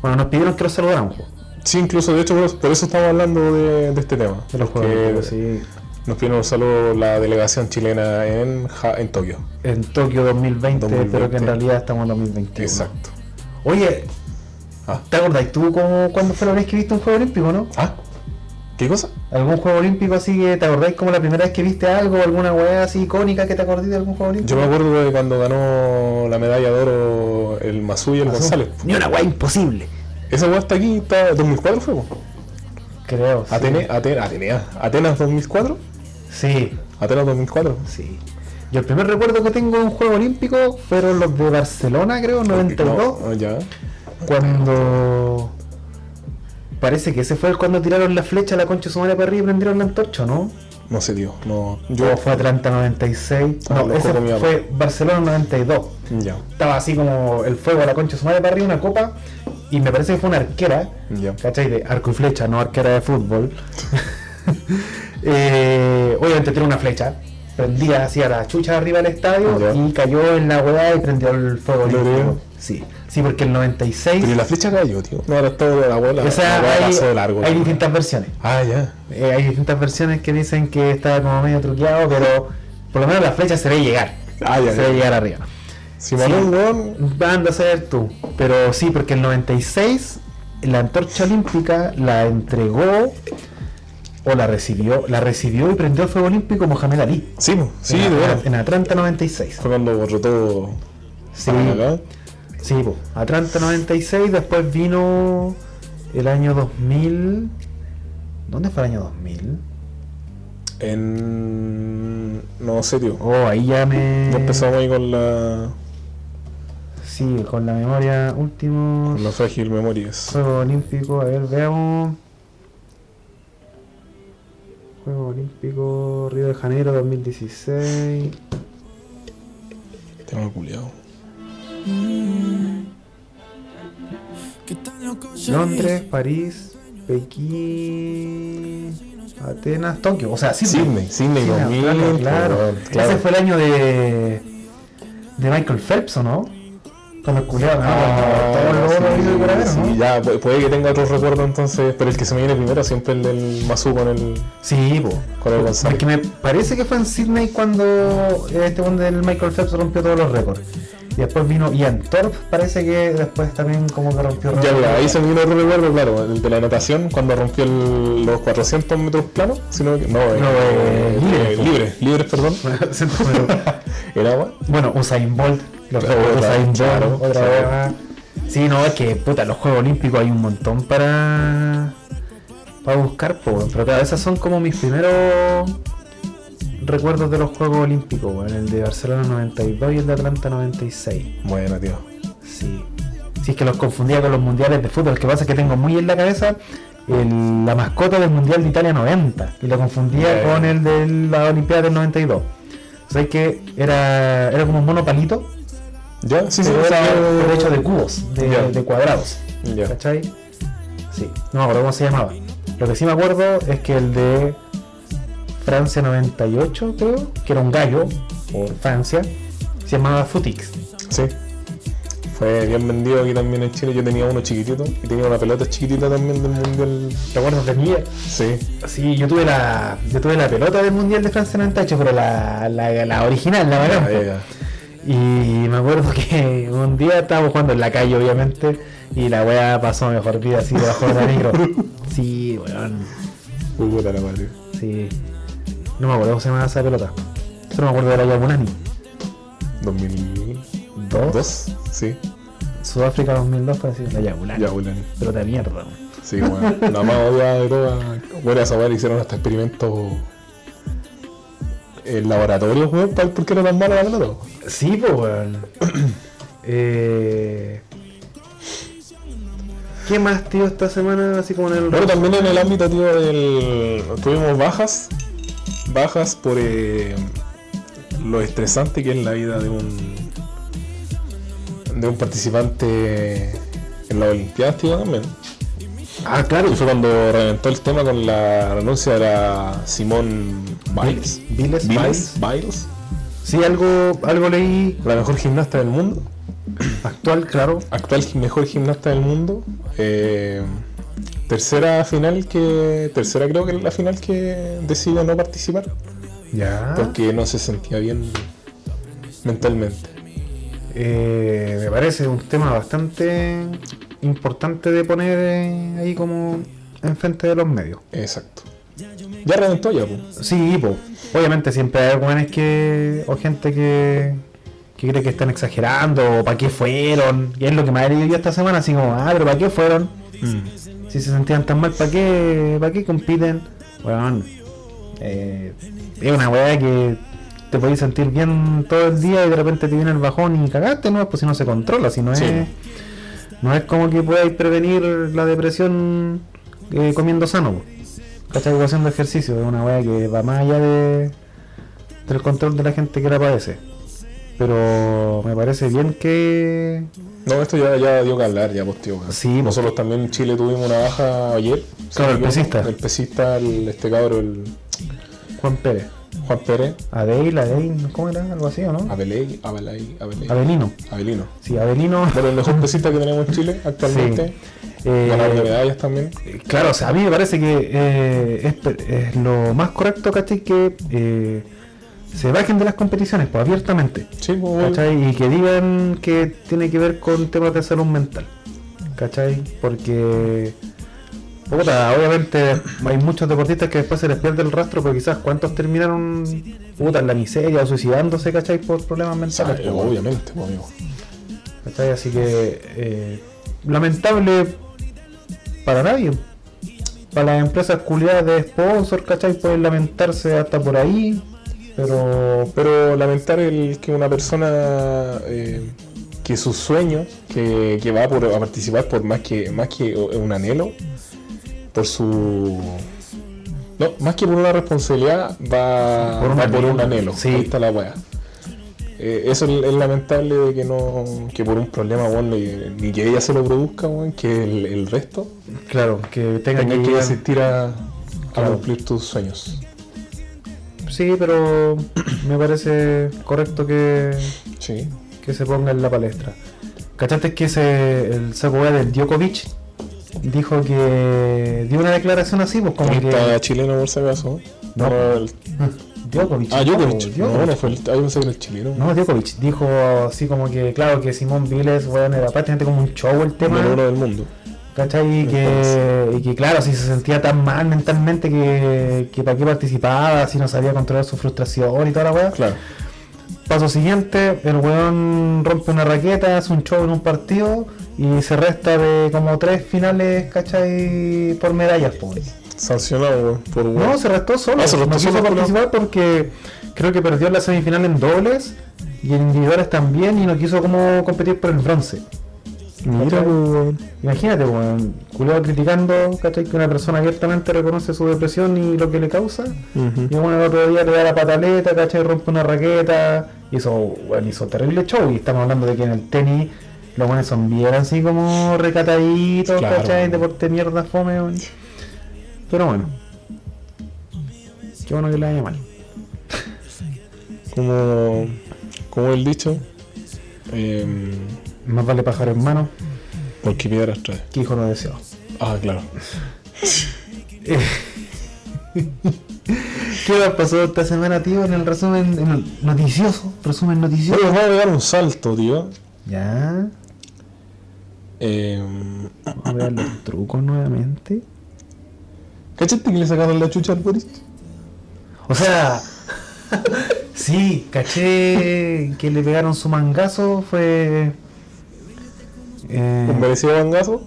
C: Bueno, nos pidieron que los saludáramos, pues, po,
D: Sí, incluso de hecho por, por eso estamos hablando de, de este tema.
C: de los
D: porque
C: juegos, sí.
D: Nos pidieron un saludo la delegación chilena en, Ja- en Tokio.
C: En Tokio 2020, pero que
D: 2020.
C: en realidad estamos en 2021.
D: Exacto.
C: Oye,
D: Ah.
C: ¿te acordás tú cómo, cuándo fue la vez que viste un juego olímpico, no?
D: ¿Ah? ¿Qué cosa?
C: ¿Algún juego olímpico así que te acordáis como la primera vez que viste algo, alguna weá así icónica que te acordé de algún juego olímpico?
D: Yo me acuerdo de cuando ganó la medalla de oro el Masú y el González.
C: Ah, Ni una weá imposible.
D: Esa weá está aquí, está 2004 fue. po.
C: Creo. sí.
D: Atene, Atene- Atenea, Atenas 2004.
C: Sí,
D: Atenas 2004.
C: sí. Yo el primer recuerdo que tengo de un juego olímpico fueron los de Barcelona, creo, 92,
D: No, eh. ah, ya.
C: cuando... Parece que ese fue el cuando tiraron la flecha a la concha de su madre para arriba y prendieron la antorcha, ¿no?
D: No sé, tío. No, yo.
C: Yo fue Atlanta 96.
D: Ah,
C: No,
D: lo
C: ese
D: jugó mi papá.
C: fue Barcelona 92.
D: Ya,
C: estaba así como el fuego a la concha de su madre para arriba, una copa, y me parece que fue una arquera,
D: ya.
C: ¿cachai? De arco y flecha, no arquera de fútbol. Eh, obviamente tiró una flecha, prendía hacia la chucha arriba del estadio
D: Ya.
C: y cayó en la hueá y prendió el fuego
D: ¿Lo
C: olímpico.
D: veo?
C: Sí, sí, porque el 96,
D: Pero la flecha cayó, tío. No, ahora todo de la bola.
C: o sea,
D: la bola
C: hay,
D: pasó de largo.
C: hay
D: tío.
C: distintas versiones.
D: Ah, ya.
C: Eh, hay distintas versiones que dicen que está como medio truqueado, pero por lo menos la flecha se ve llegar.
D: Ah, ya,
C: se
D: ya.
C: ve llegar arriba.
D: Si me un weón.
C: Anda a saber tú. Pero sí, porque el 96 la antorcha olímpica la entregó o la recibió, la recibió y prendió el fuego olímpico Mohamed Ali.
D: Sí, po, sí,
C: en,
D: de
C: At-
D: verdad.
C: en Atlanta 96.
D: Fue cuando borró todo.
C: Sí,
D: para acá.
C: sí, po. Atlanta 96, después vino el año 2000. ¿Dónde fue el año 2000?
D: En. No sé, tío.
C: Oh, ahí ya me...
D: Ya Mm. empezamos ahí con la.
C: Sí, con la memoria último.
D: Con la frágil memorias.
C: Juego Olímpico, a ver, veamos. Juego Olímpico, Río de Janeiro 2016.
D: Tema culiado.
C: Londres, París, Pekín, Atenas, Tokio. O sea,
D: Sydney,
C: Sydney.
D: Sydney
C: Sydney,
D: 2000,
C: claro, claro.
D: weón, claro.
C: Ese fue el año de, de Michael Phelps, ¿o no? Con los culiados, ¿no? Todos los logros hizo el
D: Ah, sí,
C: curadero,
D: sí,
C: ¿no?
D: ya, pu- puede que tenga otro recuerdo entonces, pero el que se me viene primero siempre el del Masu con el,
C: Sí, po.
D: con el González.
C: Porque me parece que fue en Sydney cuando eh, este one del Michael Phelps rompió todos los récords. Y después vino Ian Thorpe, parece que después también como que rompió
D: Ya, mira, ahí
C: récords.
D: se me viene otro recuerdo, claro, el de la natación, cuando rompió el- los 400 metros planos, sino que, no, eh,
C: No, eh,
D: eh,
C: libre.
D: eh, libre, libres, perdón, el agua.
C: bueno, Usain Bolt, los
D: Claro,
C: récords de Usain Bolt,
D: claro,
C: otra
D: claro.
C: vez más. Sí, no, es que puta, los Juegos Olímpicos hay un montón para para buscar, po, weón. pero claro, esas son como mis primeros recuerdos de los Juegos Olímpicos, weón. el de Barcelona 92 y el de Atlanta 96.
D: Bueno, tío.
C: Sí. Si es que los confundía con los mundiales de fútbol, que pasa es que tengo muy en la cabeza el- la mascota del Mundial de Italia 90 y lo confundía
D: Ya, ya.
C: con el de la Olimpiada del 92. ¿Sabes que era, era como un mono palito?
D: ¿Ya? Sí, sí,
C: pero
D: sí,
C: era
D: sí.
C: pero hecho de cubos, de,
D: Ya.
C: de cuadrados.
D: Ya.
C: ¿Cachai? Sí, no me acuerdo cómo se llamaba. Lo que sí me acuerdo es que el de Francia 98, creo, que era un gallo, por Francia, se llamaba Futix.
D: Sí. Fue bien vendido aquí también en Chile. Yo tenía uno chiquitito y tenía una pelota chiquitita también del mundial.
C: ¿Te acuerdas de mí?
D: Sí.
C: Sí, yo tuve la, yo tuve la pelota del Mundial de Francia 98, pero la, la, la original, la bacán, po.
D: Ya,
C: Y me acuerdo que un día estábamos jugando en la calle, obviamente, y la wea pasó mejor vida así debajo de la micro. Sí, weón.
D: Puta la madre.
C: Sí. No me acuerdo cómo se llamaba esa pelota. Solo me acuerdo de la Yabunani.
D: 2002.
C: ¿Dos?
D: Sí.
C: Sudáfrica 2002 para decir la Yabunani.
D: Ya, Ulan.
C: Pelota de mierda, weón.
D: Sí, bueno. La más odiada de todas. Bueno, esa weá le hicieron hasta experimentos en laboratorios, weón, para ver por qué era tan mala la pelota. weón.
C: Sí, pues, weón. eh... ¿Qué más, tío, esta semana? Así como en el.
D: Bueno, también en el ámbito, tío, del... tuvimos bajas. Bajas por eh, lo estresante que es la vida de un de un participante en la Olimpiadas, tío, también.
C: Ah, claro.
D: Y fue cuando reventó el tema con la renuncia de la Simón Biles.
C: Biles,
D: Biles. Biles.
C: Sí, algo, algo leí
D: La mejor gimnasta del mundo.
C: actual, claro.
D: actual gi- mejor gimnasta del mundo. eh, tercera final que. Tercera creo que es la final que decidió no participar.
C: Ya.
D: Porque no se sentía bien mentalmente.
C: Eh, me parece un tema bastante importante de poner eh, ahí como enfrente de los medios.
D: Exacto. Ya reventó ya, po.
C: Sí, po. obviamente siempre hay jóvenes que. o gente que. que cree que están exagerando, o para qué fueron. Y es lo que me ha herido yo esta semana, así como, ah, pero para qué fueron. Si se sentían tan mal, ¿para qué, para qué compiten? Weón. eh, es una weá que te podéis sentir bien todo el día y de repente te viene el bajón y cagaste, ¿no? Pues si no se controla, si no
D: Sí.
C: es. No es como que podáis prevenir la depresión eh, comiendo sano, po. ¿Cachai? O haciendo ejercicio, es una weá que va más allá de, del control de la gente que la padece. Pero me parece bien que.
D: No, esto ya, ya dio que hablar, ya pues, tío, weón.
C: Sí, po.
D: Nosotros también en Chile tuvimos una baja ayer.
C: Claro, el pesista.
D: El pesista, el- este cabro, el
C: Juan Pérez.
D: Juan Pérez.
C: Adeil, Adeil, ¿cómo era? Algo así, ¿o no?
D: Abelei, Abelei, Abelei.
C: Avelino.
D: Abelino.
C: Sí, Avelino.
D: Bueno, el mejor pesista que tenemos en Chile actualmente.
C: Eh,
D: Ganar de medallas también.
C: claro, o sea, a mí me parece que eh, es, per- es lo más correcto, ¿cachai? Que eh, se bajen de las competiciones, pues abiertamente.
D: Sí, pues,
C: ¿Cachai? Y que digan que tiene que ver con temas de salud mental. ¿Cachai? Porque... Puta, obviamente hay muchos deportistas que después se les pierde el rastro, pero quizás cuántos terminaron puta, en la miseria o suicidándose, ¿cachai? Por problemas mentales.
D: Ah,
C: pues, weón.
D: obviamente, pues, amigo.
C: ¿Cachai? Así que eh, lamentable para nadie. Para las empresas culiadas de sponsor, ¿cachai? Pueden lamentarse hasta por ahí. Pero
D: Pues, Pero lamentar el que una persona eh, que sus sueños, que, que va por- a participar por más que más que un anhelo, por su no, más que por una responsabilidad va va
C: Por
D: por
C: un anhelo.
D: un, anhelo.
C: Sí.
D: Ahí está la weá. Eh, eso es, es lamentable de que no que por un problema weón, ni, ni que ella se lo produzca, weón, que el, el resto
C: claro, que tengan
D: tenga que
C: llegar-
D: asistir a, a
C: Claro.
D: cumplir tus sueños.
C: Sí, pero me parece correcto que,
D: Sí.
C: que se ponga en la palestra. ¿Cachaste que ese, el saco weá del Djokovic dijo que dio una declaración así? Pues como
D: Está
C: que.
D: chileno por si acaso.
C: No.
D: No, el-
C: Djokovic.
D: Ah, Djokovic.
C: Djokovic.
D: No, no fue el. Ah, yo pensé que era el chileno.
C: No, Djokovic dijo así como que, claro, que Simón Viles, weón, era prácticamente como un show el tema,
D: Número uno del mundo.
C: ¿cachai? Y que, y que, claro, si se sentía tan mal mentalmente que, que para qué participaba, si no sabía controlar su frustración y toda la weá.
D: Claro.
C: Paso siguiente, el weón rompe una raqueta, hace un show en un partido y se resta de como tres finales, ¿cachai? Por medallas, pues.
D: Sancionado weón, por
C: No,
D: weón.
C: se restó solo.
D: Ah, se restó
C: no quiso
D: solo, culiao.
C: participar porque creo que perdió la semifinal en dobles y en individuales también y no quiso como competir por el bronce.
B: Mira,
C: ¿Cachai?
B: pues, weón.
C: Imagínate, weón, culiado criticando, ¿cachai? Que una persona abiertamente reconoce su depresión y lo que le causa.
B: Ujú.
C: Y bueno, el otro día le da la pataleta, ¿cachai? Rompe una raqueta. Hizo, weón, hizo terrible show. Y estamos hablando de que en el tenis los buenos son bien así como recataditos,
D: Claro,
C: ¿cachai?
D: weón.
C: Deporte mierda, fome, weón. Pero bueno. Qué bueno que le haya mal.
D: Como, como el dicho, eh,
C: Más vale pájaro en mano
D: porque piedras trae.
C: que hijo no deseado.
D: Ah, claro.
C: ¿Qué más pasó esta semana, tío? En el resumen en el noticioso. Resumen noticioso.
D: Bueno, vamos a pegar un salto, tío.
C: Ya.
D: Eh,
C: Vamos a ver los trucos nuevamente.
D: ¿Cachaste que le sacaron la chucha al Boris?
C: O sea, sí, caché que le pegaron su mangazo, fue...
D: Un
C: Eh,
D: merecido bangazo.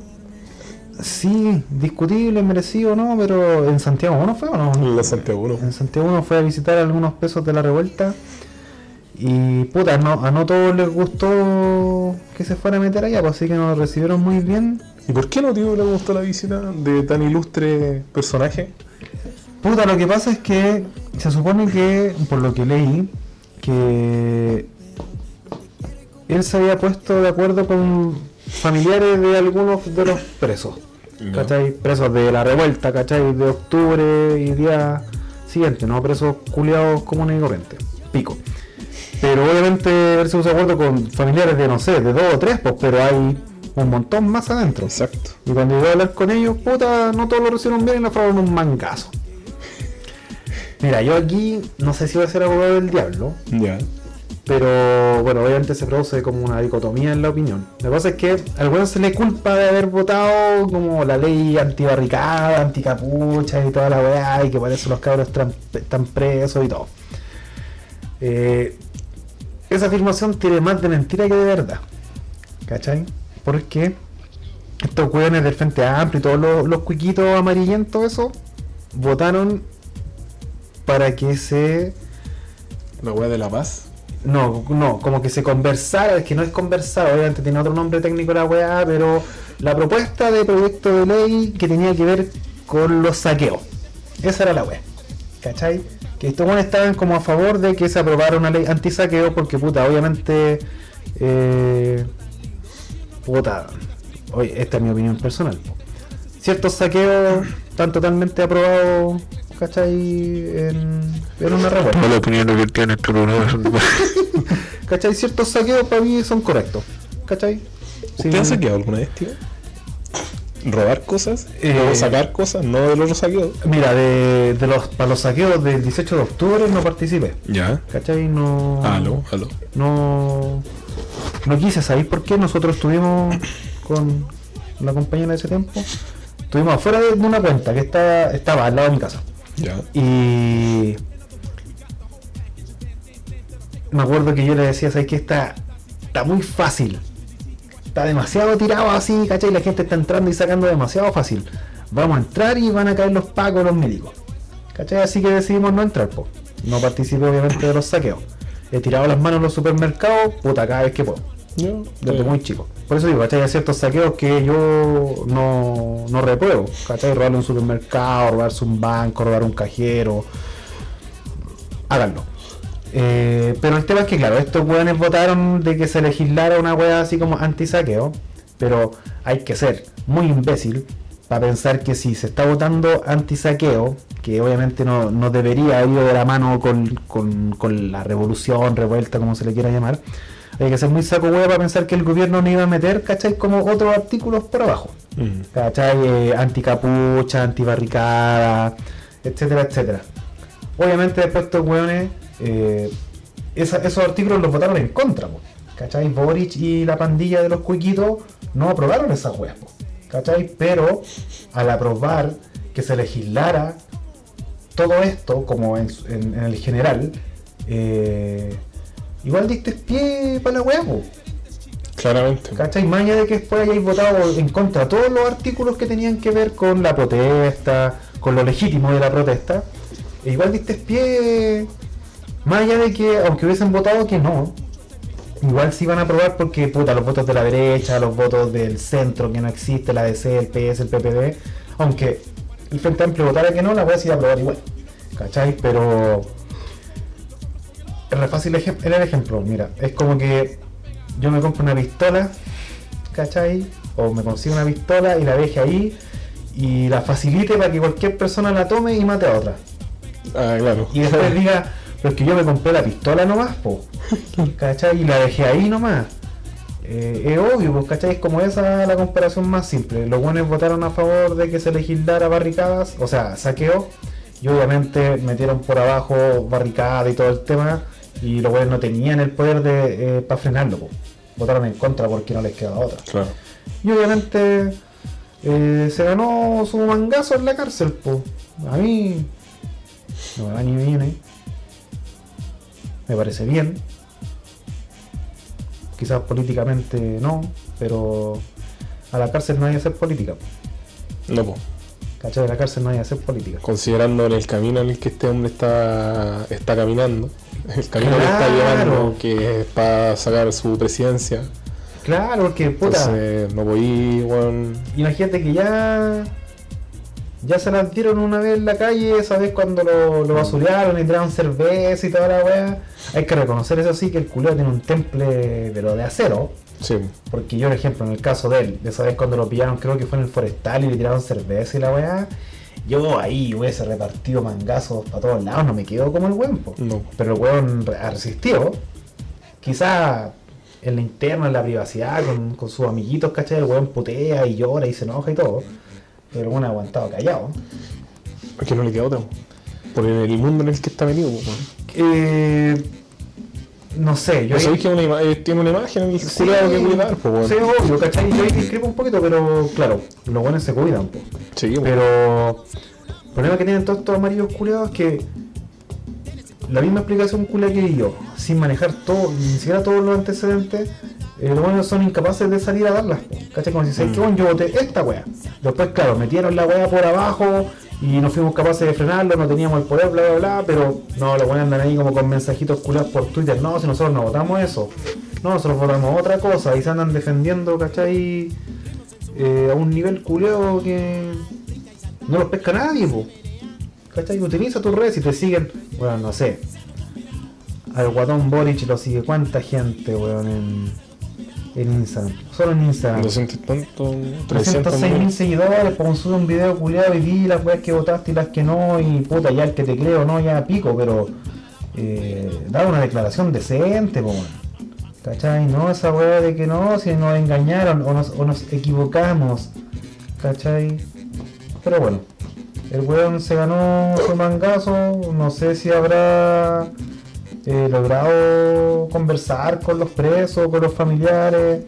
C: sí, discutible, merecido o no, pero en Santiago ¿no fue o no?
D: La Santiago uno.
C: En Santiago uno fue a visitar algunos pesos de la revuelta y puta, no, a no todos les gustó que se fuera a meter allá, pues así que nos recibieron muy bien.
D: ¿Y por qué no, tío, le gustó la visita de tan ilustre personaje?
C: Puta, lo que pasa es que se supone que, por lo que leí, que él se había puesto de acuerdo con familiares de algunos de los presos.
D: Ya.
C: ¿Cachai? Presos de la revuelta, ¿cachai? De octubre y día siguiente, ¿no? Presos culiados comunes y corrientes. Pico. Pero obviamente él se puso de acuerdo con familiares de, no sé, de dos o tres, pues, pero hay un montón más adentro.
D: Exacto.
C: Y cuando iba a hablar con ellos, puta, no todos lo recibieron bien y le fueron un mangazo. Mira, yo aquí no sé si voy a ser abogado del diablo,
D: Ya.
C: pero bueno, obviamente se produce como una dicotomía en la opinión. La cosa es que al weón se le culpa de haber votado como la ley antibarricada, anticapucha y toda la weá, y que por eso los cabros tran- están presos y todo. Eh, esa afirmación tiene más de mentira que de verdad. ¿Cachai? Porque estos weones del Frente Amplio y todos los, los cuiquitos amarillentos, eso, votaron para que se
D: La wea de la paz.
C: no, no, como que se conversara, es que no es conversar, obviamente tiene otro nombre técnico la weá, pero la propuesta de proyecto de ley que tenía que ver con los saqueos. Esa era la weá. ¿Cachai? Que estos buenos estaban como a favor de que se aprobara una ley anti-saqueo porque puta, obviamente... eh, puta, oye, esta es mi opinión personal. po. Ciertos saqueos están totalmente aprobados, ¿cachai? En, en una revuelta.
E: Toda la opinión que tienes tú no es un...
C: ¿Cachai? Ciertos saqueos para mí son correctos. ¿Cachai? Sí.
D: ¿Usted ha saqueado alguna vez, tío? ¿Robar cosas?
C: Eh,
D: ¿O sacar cosas? No del otro saqueo.
C: Mira, de, de los, para los saqueos del 18 de octubre no participé.
D: Ya.
C: ¿Cachai? No.
D: Aló, aló.
C: No. No quise, ¿sabéis por qué? Nosotros estuvimos con una compañera de ese tiempo. Estuvimos afuera de, de una cuenta que estaba, estaba al lado de mi casa.
D: Ya.
C: Y me acuerdo que yo le decía, ¿sabes qué? Está, está muy fácil. Está demasiado tirado así, ¿cachai? La gente está entrando y sacando demasiado fácil. Vamos a entrar y van a caer los pacos, los médicos. ¿Cachai? Así que decidimos no entrar, po. No participo obviamente de los saqueos. He tirado las manos en los supermercados, puta, cada vez que puedo
D: Yo. eh,
C: desde muy chico. Por eso digo, ¿cachai? Hay ciertos saqueos que yo no, no repruebo. ¿Cachai? Robarle un supermercado, robarse un banco, robar un cajero. Háganlo. Eh, pero el tema es que, claro, estos weones votaron de que se legislara una wea así como anti-saqueo. Pero hay que ser muy imbécil para pensar que si se está votando anti-saqueo, que obviamente no, no debería ir de la mano con, con- con la revolución, revuelta, como se le quiera llamar, hay que ser muy saco hueá para pensar que el gobierno no iba a meter, ¿cachai? Como otros artículos por abajo.
D: Mm.
C: ¿Cachai? Eh, anticapucha, antibarricada, etcétera, etcétera. Obviamente después estos hueones, eh, esa- esos artículos los votaron en contra, po. ¿cachai? Boric y la pandilla de los cuiquitos no aprobaron esas hueas, po, ¿cachai? Pero al aprobar que se legislara todo esto, como en, su- en- en el general, eh, igual diste pie para la hueá, po.
D: Claramente.
C: ¿Cachai? Más allá de que después hayáis votado en contra de todos los artículos que tenían que ver con la protesta, con lo legítimo de la protesta, e igual diste pie, más allá de que, aunque hubiesen votado que no, igual sí van a probar porque, puta, los votos de la derecha, los votos del centro que no existe, la DC, el PS, el PPD, aunque el Frente Amplio votara que no, la wea sí iba a probar igual. ¿Cachai? Pero es re fácil ejem- en el ejemplo, mira, es como que yo me compro una pistola, ¿cachai? O me consigo una pistola y la deje ahí y la facilite para que cualquier persona la tome y mate a otra.
D: Ah, claro.
C: Y después diga, pero es que yo me compré la pistola nomás, po. ¿Cachai? Y la dejé ahí nomás. Eh, es obvio, pues, ¿cachai? Es como esa la comparación más simple. Los buenos votaron a favor de que se legislara barricadas, o sea, saqueo. Y obviamente metieron por abajo barricada y todo el tema. Y los buenos no tenían el poder de para frenarlo, po. Votaron en contra porque no les quedaba otra.
D: Claro.
C: Y obviamente eh, se ganó su mangazo en la cárcel, po. A mí no me va ni viene. Me parece bien. Quizás políticamente no, pero a la cárcel no hay que hacer política. po.
D: No, po.
C: ¿Cachai? A la cárcel no hay que hacer política.
D: Considerando en el camino en el que este hombre está, está caminando, el camino que está
C: Claro.
D: llevando, que es para sacar su presidencia.
C: Claro, porque puta.
D: Entonces, no voy, weón.
C: Imagínate que ya. Ya se las dieron una vez en la calle, esa vez cuando lo, lo basurearon y tiraron cerveza y toda la weá. Hay que reconocer eso sí que el culero tiene un temple de lo de acero.
D: Sí,
C: Porque yo, por ejemplo, en el caso de él, de esa vez cuando lo pillaron, creo que fue en el forestal y le tiraron cerveza y la weá. Yo ahí hubiese repartido mangazos para todos lados, no me quedo como el weón. po.
D: no.
C: Pero el weón re- resistió. Quizá en la interna, en la privacidad, con, con sus amiguitos, ¿cachai? El weón putea y llora y se enoja y todo. Pero el weón ha aguantado callado.
D: Es que no le queda otra, po. Por el mundo en el que está metido, po, weón.
C: Eh, no sé, yo...
D: Yo
C: ahí-
D: sabéis que es una ima- eh, tiene una imagen el
C: Sí,
D: culiao que cuidar, po, pues, weón.
C: sí, obvio, ¿cachai? Yo ahí discrepo un poquito, pero claro, los buenos se cuidan, po.
D: Sí, pues, po.
C: Pero el problema que tienen todos estos amarillos culeados es que la misma explicación culea que di yo, sin manejar todo, ni siquiera todos los antecedentes, eh, los buenos son incapaces de salir a darlas. po. ¿Cachai? Como si se bueno, yo voté esta wea. Después, claro, metieron la wea por abajo y no fuimos capaces de frenarlo, no teníamos el poder, bla, bla, bla, pero no, los buenos andan ahí como con mensajitos culeados por Twitter. No, si nosotros no votamos eso. No, nosotros votamos otra cosa y se andan defendiendo, ¿cachai? Eh, a un nivel culeo que no los pesca nadie, po. ¿Cachai? Utiliza tus redes y te siguen, bueno, no sé. Al guatón Boric lo sigue cuánta gente, weón, en, en Instagram. Solo en Instagram.
D: 200 y tanto, 300
C: 306 mil
D: millones.
C: seguidores, pues sube un video culiado y di las weas que votaste y las que no, y puta, ya el que te creo, no, ya pico, pero eh, dar una declaración decente, po, weón. ¿Cachai? No, esa wea de que no, si nos engañaron o nos, o nos equivocamos. ¿Cachai? Pero bueno, el weón se ganó su mangazo, no sé si habrá eh, logrado conversar con los presos, con los familiares,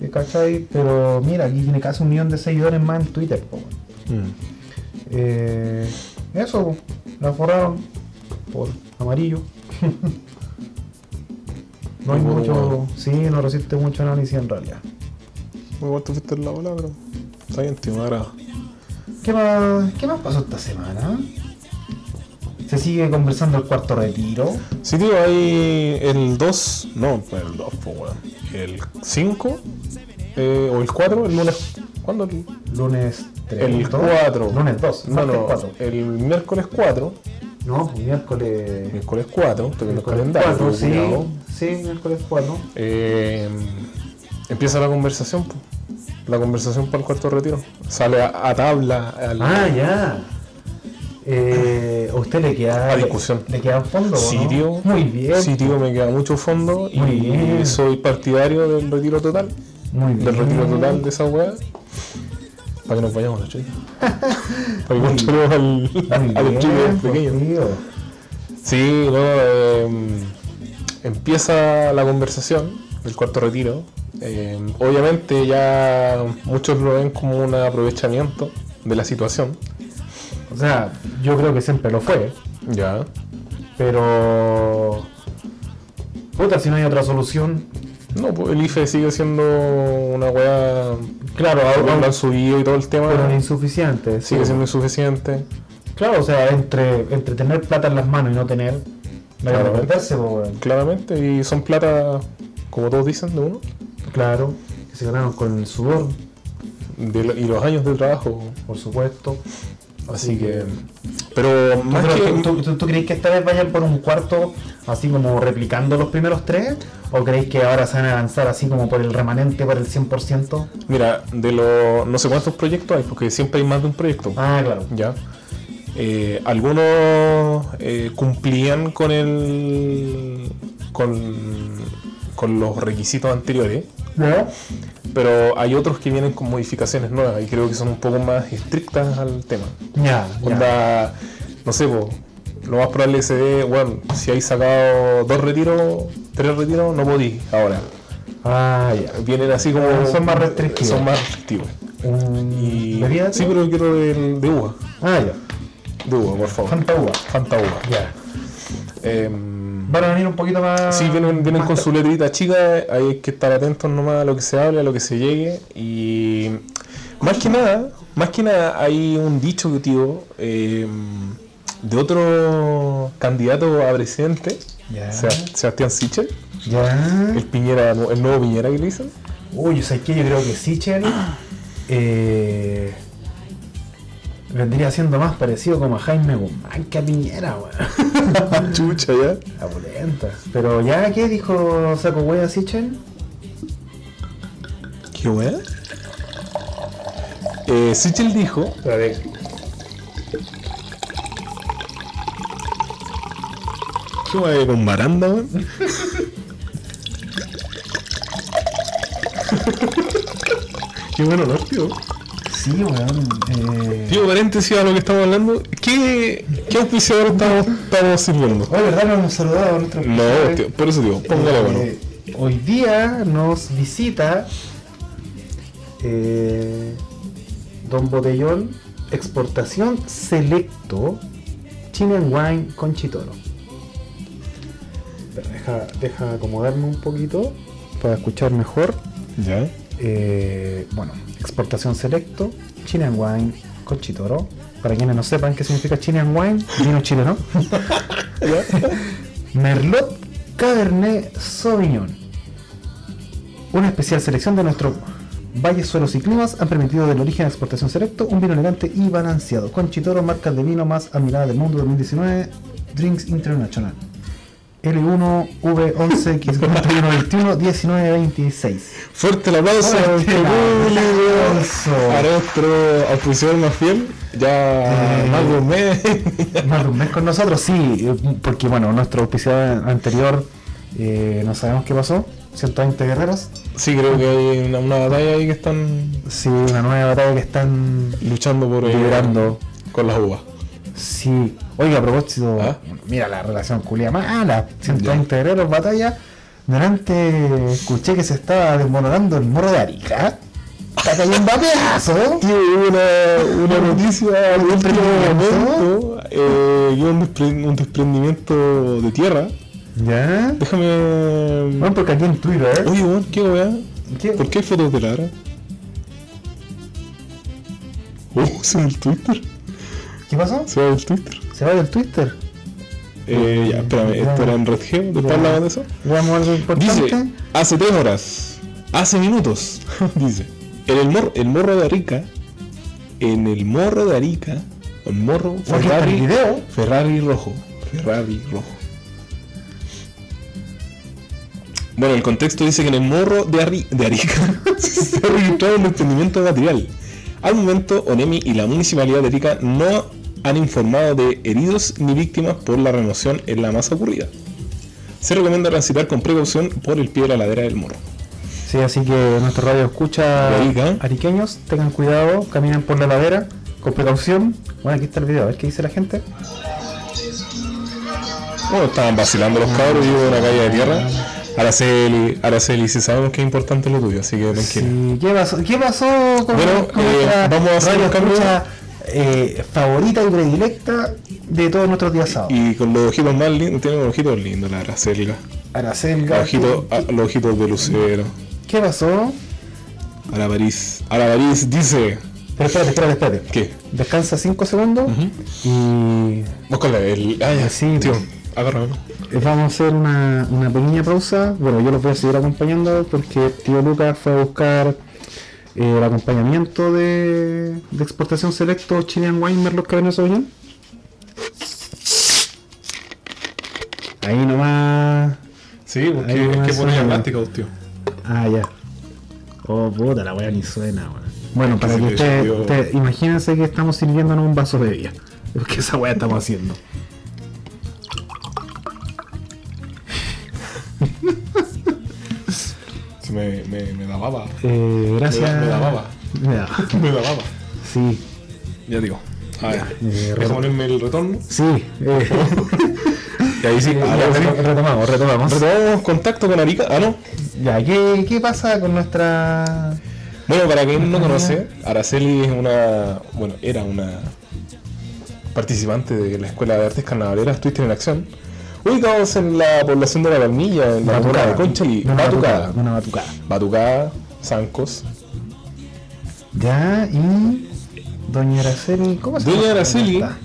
C: eh, ¿cachai? Pero mira, aquí tiene casi un millón de seguidores más en Twitter, po, weón.
D: Mm.
C: Eh, Eso, po, la forraron por amarillo. no hay
D: Muy
C: mucho,
D: bueno.
C: sí, no resiste mucho análisis en realidad.
D: Muy bueno, tú fuiste en la bola, pero. Está bien, tío, ahora.
C: ¿Qué más, ¿Qué más pasó esta semana? Se sigue conversando el cuarto retiro.
D: Sí, tío, hay el 2, no, el 2, pues, weón. El 5 eh, o el 4, el lunes. ¿Cuándo? El,
C: Lunes 3.
D: el 4.
C: Lunes 2.
D: No, no,
C: 4.
D: el miércoles 4.
C: No, miércoles.
D: Miércoles 4, estoy viendo el
C: miércoles
D: calendario.
C: 4, sí.
D: culiao.
C: Sí, miércoles 4.
D: Eh, empieza la conversación, po. La conversación para el cuarto retiro. Sale a, a tabla. al-
C: Ah, ya. Eh, ¿A usted le queda.
D: La discusión.
C: ¿Le queda un fondo?
D: Sí,
C: no?
D: tío.
C: Muy bien.
D: Sí, tío, me queda mucho fondo
C: Muy
D: y
C: bien.
D: soy partidario del retiro total.
C: Muy bien.
D: Del retiro total de esa weá. Para que nos vayamos a la chucha. Para que controlemos al,
C: Muy
D: a los
C: bien,
D: chicos
C: pues,
D: pequeños.
C: tío.
D: Sí, no, eh, empieza la conversación del cuarto retiro. Eh, obviamente ya muchos lo ven como un aprovechamiento de la situación.
C: O sea, yo creo que siempre lo fue.
D: Ya.
C: Pero. Puta, si no hay otra solución.
D: No, pues el IFE sigue siendo una weá...
C: Claro,
D: Lo
C: ahora.
D: han subido y todo el tema.
C: Pero insuficiente.
D: Sigue siendo insuficiente.
C: Claro, o sea, entre, entre tener plata en las manos y no tener, no hay que
D: Claro.
C: perderse, po, weón.
D: Claramente, y son plata como todos dicen de uno,
C: Claro, que se ganaron con el sudor,
D: de lo- y los años de trabajo.
C: por supuesto.
D: Así que. Pero
C: ¿Tú,
D: más
C: pero
D: que.
C: tú- tú- tú- tú crees que esta vez vayan por un cuarto así como replicando los primeros tres? ¿O creéis que ahora se van a lanzar así como por el remanente, por el 100%?
D: Mira, de los no sé cuántos proyectos hay, porque siempre hay más de un proyecto.
C: Ah, claro.
D: Ya. Eh, algunos eh, cumplían con el. Con, con los requisitos anteriores,
C: ¿Ya?
D: pero hay otros que vienen con modificaciones nuevas y creo que son un poco más estrictas al tema.
C: Ya, ya.
D: Onda, no sé, po, lo más probable se dé, bueno, si hay sacado dos retiros, tres retiros, no podí ahora.
C: Ah, ya.
D: Vienen así como.
C: Son más restrictivos.
D: Son más restrictivos. Y-
C: Un- ¿Bebida?
D: Sí, pero quiero del- de uva.
C: Ah, ya.
D: De uva, por favor.
C: Fanta uva.
D: Fanta uva.
C: Ya.
D: Em,
C: Van a venir un poquito más.
D: sí, vienen, vienen
C: más
D: con su letrita chica, hay que estar atentos nomás a lo que se hable, a lo que se llegue. Y más que nada, más que nada hay un dicho que tío em, de otro candidato a presidente,
C: Ya.
D: Sebas- Sebastián Sichel,
C: Ya.
D: el Piñera, el nuevo Piñera que le dicen.
C: Uy, ¿sabes qué? Yo creo que Sichel eh, vendría siendo más parecido como a Jaime Guzmán que a Piñera, weón.
D: Chucha ya.
C: Apulenta. Pero ya, ¿qué dijo Saco Wea Sichel?
D: ¿Qué weá? Eh, Sichel dijo
C: A ver.
D: ¿Qué va con baranda, weón? Qué bueno, ¿no, tío?
C: Sí, weón. Eh...
D: Tío, paréntesis a lo que estamos hablando. ¿Qué, qué auspiciador estamos, estamos sirviendo?
C: Hoy, ¿verdad? No hemos saludado a nuestro
D: No, tío, por eso, tío, póngale mano.
C: Eh, Hoy día nos visita eh, Don Botellón Exportación Selecto Chile Wine con Chitoro. Pero deja, deja acomodarme un poquito para escuchar mejor.
D: ¿Ya?
C: Eh, bueno, Exportación Selecto Chile Wine con Chitoro. Para quienes no sepan qué significa Chile Wine, vino chileno. Merlot Cabernet Sauvignon. Una especial selección de nuestros valles, suelos y climas han permitido del origen a exportación selecto un vino elegante y balanceado. Conchitoro, marcas de vino más admirada del mundo 2019, Drinks International. L1, V11, 21, 19, 26.
D: Fuerte el aplauso
C: Fuerte
D: a nuestro
C: el
D: público,
C: aplauso.
D: a nuestro auspiciador más fiel, ya
C: Eh.
D: más de un mes.
C: Más de un mes con nosotros, sí, eh, porque bueno, nuestro auspiciador anterior eh, no sabemos qué pasó. 120 guerreros.
D: Sí, creo que hay una, una batalla ahí que están
C: Sí, una nueva batalla que están
D: luchando por... eh,
C: Liderando.
D: con las uvas.
C: Sí, oiga, a propósito,
D: ¿Ah?
C: mira la relación culia mala, 120 guerreros, batalla. Delante escuché que se estaba desmoronando el morro de Arica. Está cayendo a pedazos.
D: Tío, hubo una, una noticia de último
C: desprendimiento?
D: momento, eh, que hubo un, despre- un desprendimiento de tierra.
C: ¿Ya?
D: Déjame.
C: Bueno, pues. porque aquí en Twitter.
D: Oye, weón, qué weá.
C: ¿qué?
D: ¿Por qué hay fotos de Lara? Oh, se va el Twitter.
C: ¿Qué pasó?
D: Se va el Twitter.
C: ¿Se va del Twitter?
D: Eh, ya, espérame, esto era en Red G. Después hablamos de eso.
C: Veamos algo importante.
D: Dice, hace tres horas, hace minutos, dice, en el, mor- el morro de Arica, en el morro de Arica, el morro
C: Oye, está el
D: Ferrari,
C: video.
D: Ferrari rojo, Ferrari rojo. Bueno, el contexto dice que en el morro de, Arri- de Arica se ha registrado un desprendimiento de material. Al momento, Onemi y la municipalidad de Arica no han informado de heridos ni víctimas por la remoción en la masa ocurrida. Se recomienda transitar con precaución por el pie de la ladera del morro.
C: Sí, así que nuestro radio escucha
D: De Arica.
C: ariqueños, tengan cuidado, caminen por la ladera, con precaución. Bueno, aquí está el video, a ver qué dice la gente.
D: Bueno, estaban vacilando los cabros, yo de una calle de tierra. Araceli, Araceli, si sabemos que es importante lo tuyo, así que tranquilo.
C: Sí, ¿qué, pasó, ¿Qué pasó con,
D: Bueno,
C: con
D: eh,
C: nuestra
D: vamos a hacer
C: radio
D: un cambio.
C: escucha, eh, favorita y predilecta de todos nuestros días sábados?
D: Y con los ojitos más lindos, tiene unos ojitos lindos la Araceli.
C: Aracel
D: Los
C: Gato.
D: ojitos, ah, los ojitos de lucero.
C: ¿Qué pasó?
D: A la París. A la París dice.
C: Pero espérate, espérate, espérate.
D: ¿Qué?
C: Descansa 5 segundos
D: Ujú.
C: y
D: Búscala, el. Ah, ya,
C: Sí,
D: tío.
C: pues.
D: agárrame.
C: Eh, Vamos a hacer una, una pequeña pausa. Bueno, yo los voy a seguir acompañando porque tío Lucas fue a buscar eh, el acompañamiento de, de exportación selecto Chilean Wine Merlot Cabernet Sauvignon. Ahí nomás.
D: Sí, porque
C: Ahí
D: es
C: va
D: que
C: esa-
D: poner plástica, hostia.
C: Ah, ya. Oh, puta, la weá ni suena, weón. Bueno, para
D: se
C: que
D: le
C: ustedes
D: subió.
C: ustedes- imagínense que estamos sirviéndonos un vaso de bebida. Es que esa weá estamos haciendo.
D: Se me, me, me da baba.
C: Eh, gracias.
D: Me da baba.
C: Me da-
D: Me da baba.
C: Sí,
D: Ya digo. A ver.
C: eh,
D: Deja
C: re-
D: ponerme el retorno.
C: sí. eh,
D: Y ahí sí.
C: ya, retom- retomamos, retomamos.
D: Retomamos contacto con Arica. Ah, no.
C: Ya, ¿qué, qué pasa con nuestra.
D: Bueno, para quien no conoce, Araceli es una. Bueno, era una participante de la Escuela de Artes Carnavaleras Twister en Acción, ubicados en la población de La Palmilla, en la comuna de Conchalí,
C: Una batucada.
D: Batucada,
C: Una batucada.
D: Batucada, Zancos.
C: Ya, y. Doña Araceli, ¿cómo se
D: Doña
C: llama?
D: Araceli,
C: Ahí está.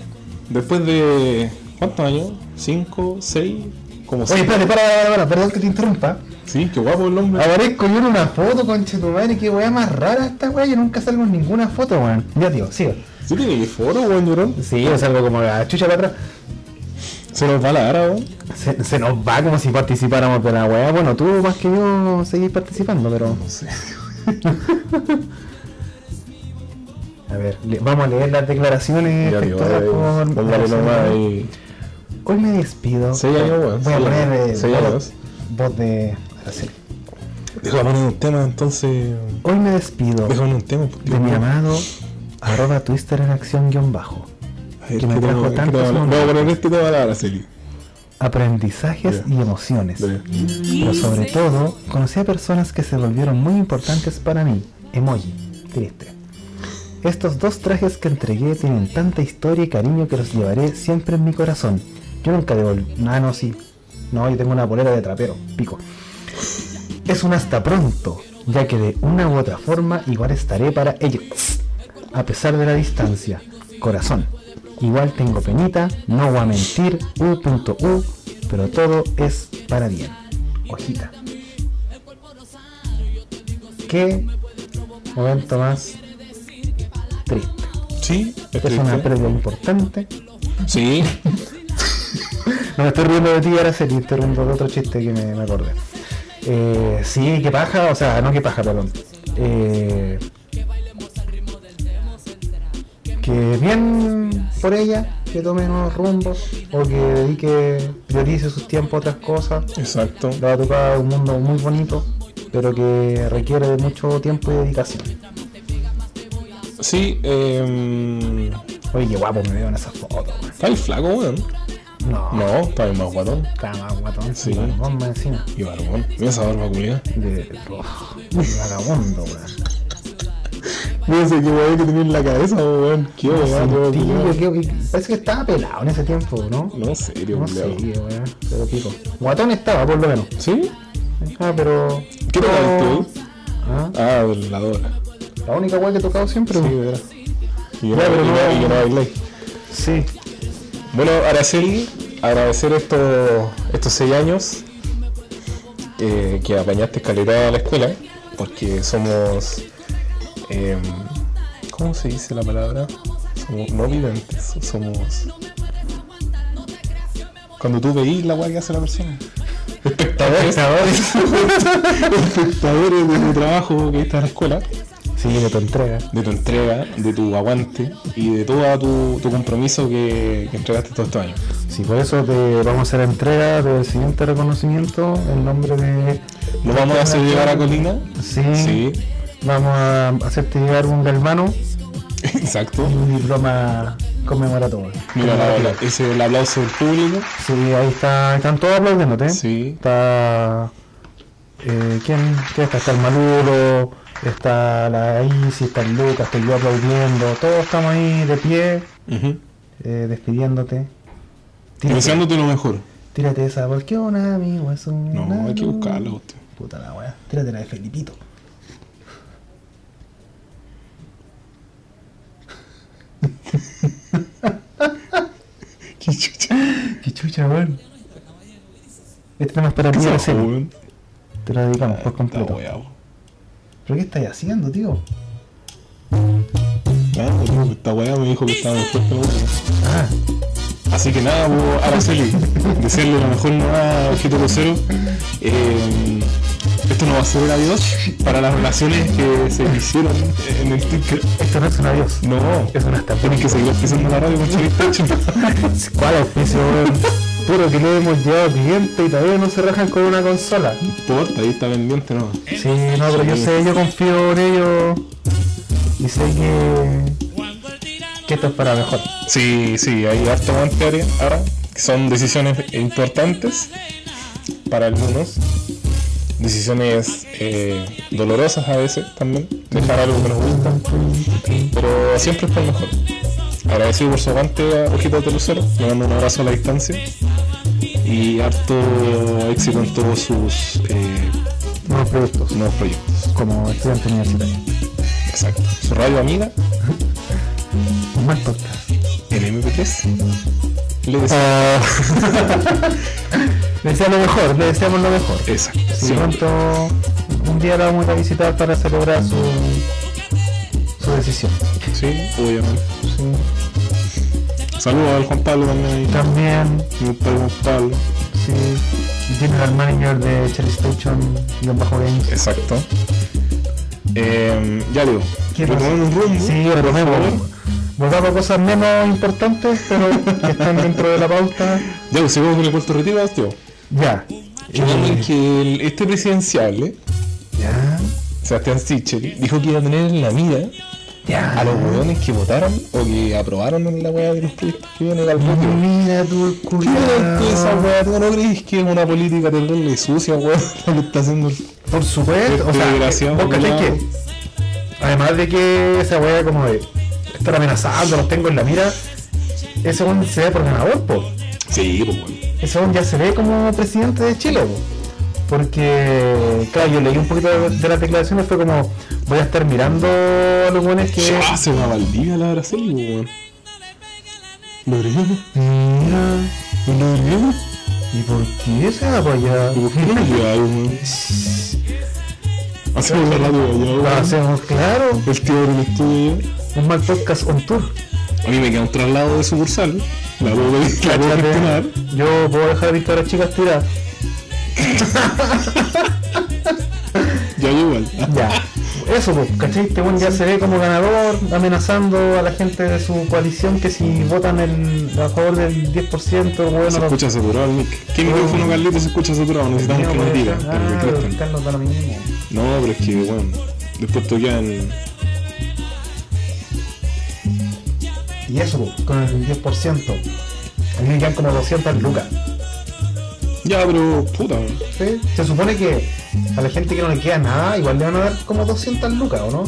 D: después de. ¿Cuántos años? ¿Cinco? ¿Seis? Como
C: Oye,
D: seis.
C: espérate, Ah. para, para, para, perdón que te interrumpa.
D: Sí, qué guapo el hombre.
C: Aparezco yo en una foto, conche tu madre, qué weá más rara esta weá, yo nunca salgo en ninguna foto, weón. Ya tío, sigo.
D: Sí, tiene foro, buen llorón.
C: Sí, yo salgo como la chucha para atrás.
D: Se nos va la cara, weón.
C: Se, se nos va como si participáramos de la weá. Bueno, tú más que yo seguís participando, pero.
D: No sé.
C: A ver, le- vamos a leer las declaraciones.
D: Ya, eh, tío,
C: efectuadas por
D: ahí, póngale
C: Araceli.
D: nomás ahí.
C: Hoy me despido.
D: Seis años, weón,
C: Voy a
D: seis
C: poner
D: años,
C: eh,
D: seis
C: voz-
D: años.
C: voz de Araceli.
D: Deja poner un tema, entonces.
C: Hoy me despido
D: Deja poner un tema, pues,
C: de mi amado arroba twister en acción guión bajo.
D: Ay,
C: que me
D: ¿qué tema-
C: trajo
D: qué
C: tantos
D: tema? Vamos a
C: momentos.
D: poner este tema ahora, Araceli.
C: aprendizajes
D: Ya.
C: y emociones.
D: Dale.
C: Pero sobre todo, conocí a personas que se volvieron muy importantes para mí. Emoji, triste. Estos dos trajes que entregué tienen tanta historia y cariño que los llevaré siempre en mi corazón. Yo nunca devolví. Ah, no, sí. No, yo tengo una bolera de trapero, pico. Es un hasta pronto, ya que de una u otra forma igual estaré para ellos. A pesar de la distancia, corazón. Igual tengo penita, no voy a mentir, u.u, pero todo es para bien. Hojita. Qué momento más triste.
D: Sí, es
C: Es una
D: triste.
C: pérdida importante.
D: Sí.
C: No me estoy riendo de ti, Araceli, estoy riendo de otro chiste que me, me acordé. Eh, sí, que paja, o sea, no que paja, perdón. Eh, que bien por ella, que tome nuevos rumbos, o que dedique, priorice sus tiempos a otras cosas.
D: Exacto.
C: Le va a tocar un mundo muy bonito, pero que requiere de mucho tiempo y dedicación.
D: Sí, eh.
C: Oye, qué guapo me veo en esas fotos. weón.
D: Está ahí flaco, weón.
C: No,
D: No, está ahí más guatón.
C: está más guatón,
D: Sí.
C: sí. bomba encima.
D: Y barbón. Mira esa barba culia.
C: De, oh, vagabundo, weón.
D: Mira ese que weón que tenía en la cabeza, weón. Qué
C: Sentí, yo creo que- Parece que estaba pelado en ese tiempo, ¿no?
D: No, serio,
C: No sé,
D: culiao.
C: weón. Pero pico. Guatón estaba, por lo menos.
D: ¿Sí?
C: Ah, pero.
D: ¿Qué
C: pero-
D: tal tú?
C: Ah,
D: Ah, la dora.
C: La única weá que he tocado siempre.
D: Sí,
C: weón.
D: verdad. Y yo
C: Ya,
D: no-
C: pero
D: y yo
C: no-
D: no- y yo no bailé.
C: Sí.
D: Bueno, Araceli, agradecer estos, estos seis años eh, que apañaste escalera a la escuela, porque somos. em, ¿Cómo se dice la palabra? Somos no videntes, somos. Cuando tú veís la weá que hace la persona. Espectadores. Espectadores de tu trabajo que está en la escuela
C: Sí, de tu entrega.
D: de tu entrega, de tu aguante y de todo tu, tu compromiso que, que entregaste todos estos años.
C: Sí, por eso te vamos a hacer entrega del siguiente reconocimiento en nombre de.
D: ¿Lo vamos a hacer llegar a Colina?
C: Sí.
D: Sí,
C: Vamos a hacerte llegar un galmano
D: exacto.
C: y un diploma conmemoratorio.
D: Mira, la- la- ese es el aplauso del público.
C: Sí, ahí está, están todos aplaudiéndote.
D: Sí.
C: Está. Eh, ¿Quién? ¿Quién está? Está el Maduro, está la Isi, está el Lucas, estoy yo aplaudiendo. Todos estamos ahí de pie,
D: Ujú.
C: eh, despidiéndote.
D: Y
C: Tírate,
D: Deseándote lo mejor.
C: tírate esa, porque un amigo es un.
D: No, hay que
C: amigo.
D: buscarla, hostia.
C: Puta la weá. Tírate la de Felipito. Qué chucha, weón. Este tema es para ti,
D: ¿Qué se
C: Marcelo.
D: bajó, weón?
C: Te lo dedicamos por
D: La
C: completo.
D: wea, weón.
C: ¿Pero qué estáis haciendo, tío?
D: Ah, porque esta weá me dijo que estaba mejor que la otra.
C: Ah,
D: Así que nada, pues, Araceli, desearle lo mejor no a Objeto Cero. esto no va a ser un adiós para las relaciones que se hicieron en el ticket.
C: esto no es un adiós.
D: No,
C: Es un hasta
D: tienen que seguir ofreciendo la radio con Chavista.
C: ¿Cuál auspicio, weón? Puro que le hemos llevado cliente y todavía no se rajan con una consola.
D: Porta, ahí está pendiente, ¿no?
C: Sí, no, pero yo sé, yo confío en ellos y sé que, que esto es para mejor.
D: Sí, sí, hay harto aguante ahora- ahora. que Son decisiones importantes para algunos. Decisiones eh, dolorosas a veces también. Dejar algo que nos gusta. Pero siempre es por mejor. Agradecido por su aguante a Ojitos de Lucero. Le mando un abrazo a la distancia. Y harto éxito en todos sus eh,
C: Nuevos productos,
D: nuevos proyectos.
C: como estudiante universitario.
D: Exacto. Su radio amiga,
C: Más podcast.
D: el MP3. Le
C: Le
D: deseo.
C: Ah. deseamos lo mejor, le deseamos lo mejor.
D: Exacto.
C: Y
D: siempre.
C: pronto, un día la vamos a ir a visitar para celebrar su, su decisión.
D: Sí, obviamente. Saludos al Juan Pablo también. ahí.
C: También,
D: Juan Pablo, Juan Pablo.
C: sí, General Manager de Cherry Station, Don Bajo Games.
D: Exacto. Eh, ya digo,
C: ¿Qué
D: retomemos un rumbo.
C: Sí,
D: por
C: retomemos.
D: favor.
C: Volvamos a cosas menos importantes, pero que están dentro de la pauta.
D: Ya, pues sigamos con el cuarto retiro, tío.
C: Ya.
D: Recuerden
C: Eh,
D: que el- este presidenciable,
C: ya.
D: Sebastián Sichel, dijo que iba a tener en la mira a
C: Ya.
D: los hueones que votaron o que aprobaron en la weá de los proyectos que vienen al voto.
C: Mira tú el
D: ¿Qué opinas tú de esa
C: culiao.
D: weá? ¿Tú no crees que es una política terrible y sucia, weón? Lo que está haciendo el
C: Por supuesto, o sea, eh,
D: Desgraciado,
C: vos cachai
D: culiao.
C: que además de que esa wea como de estar amenazando, los tengo en la mira, ese weón se ve por ganador, po.
D: Sí, pues bueno.
C: Ese weón ya se ve como presidente de Chile, po. Porque, claro, yo leí un poquito de, de las declaraciones, fue como, voy a estar mirando a los buenos que...
D: Ya se va a Valdivia la Brasil, weón. ¿Lo agregamos?
C: Mira,
D: ¿No ¿Lo agregamos?
C: ¿y por qué se va para allá?
D: ¿Y por qué no lo llevamos, weón? Hacemos la radio allá,
C: Lo
D: weón.
C: hacemos, claro,
D: El tío del estudio.
C: un mal podcast on tour.
D: A mí me queda un traslado de sucursal. La puedo pedir, la puedo gestionar.
C: Cáchate, Yo puedo dejar de visto a las chicas tiradas.
D: Ya igual. Ah,
C: Ya. Eso, pues, ¿cachai? Este buen ya se ve como ganador, amenazando a la gente de su coalición que si votan el, a favor del 10%, bueno,
D: Se
C: los
D: escucha saturado el mic. ¿Qué micrófono, Carlito, se escucha saturado? Necesitamos que nos digan. pero que
C: Ah, pero
D: presten.
C: Carlos da lo mismo.
D: No, pero es que, bueno, después toquean...
C: Y eso, pues, con el 10%. A mí me quedan como 200 lucas.
D: Ya, pero, puta, weón.
C: ¿sí? Se supone que a la gente que no le queda nada, igual le van a dar como 200 lucas, ¿o no?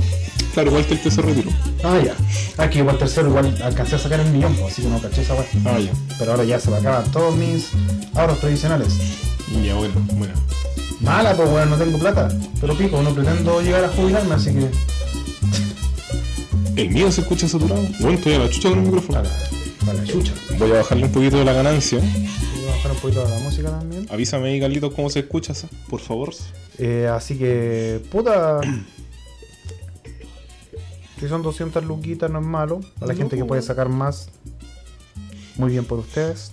D: Claro, igual que el tercer retiro.
C: Ah, ya. Ah, que igual tercero, igual alcancé a sacar el millón, pues, así que no caché esa weá.
D: Ah, ya.
C: Pero ahora ya se me acaban todos mis ahorros tradicionales.
D: Ya, bueno, bueno.
C: Mala, pues weón, no tengo plata. Pero pico, no pretendo llegar a jubilarme, así que.
D: El mío se escucha saturado. Bueno, estoy a la chucha con el micrófono.
C: Para la chucha.
D: Voy a bajarle un poquito de la ganancia.
C: Voy a bajar un poquito la música también.
D: Avísame ahí, Carlitos, cómo se escucha, sa- por favor.
C: Eh, así que. puta. Si son 200 luquitas, no es malo. A la gente que puede sacar más, muy bien por ustedes.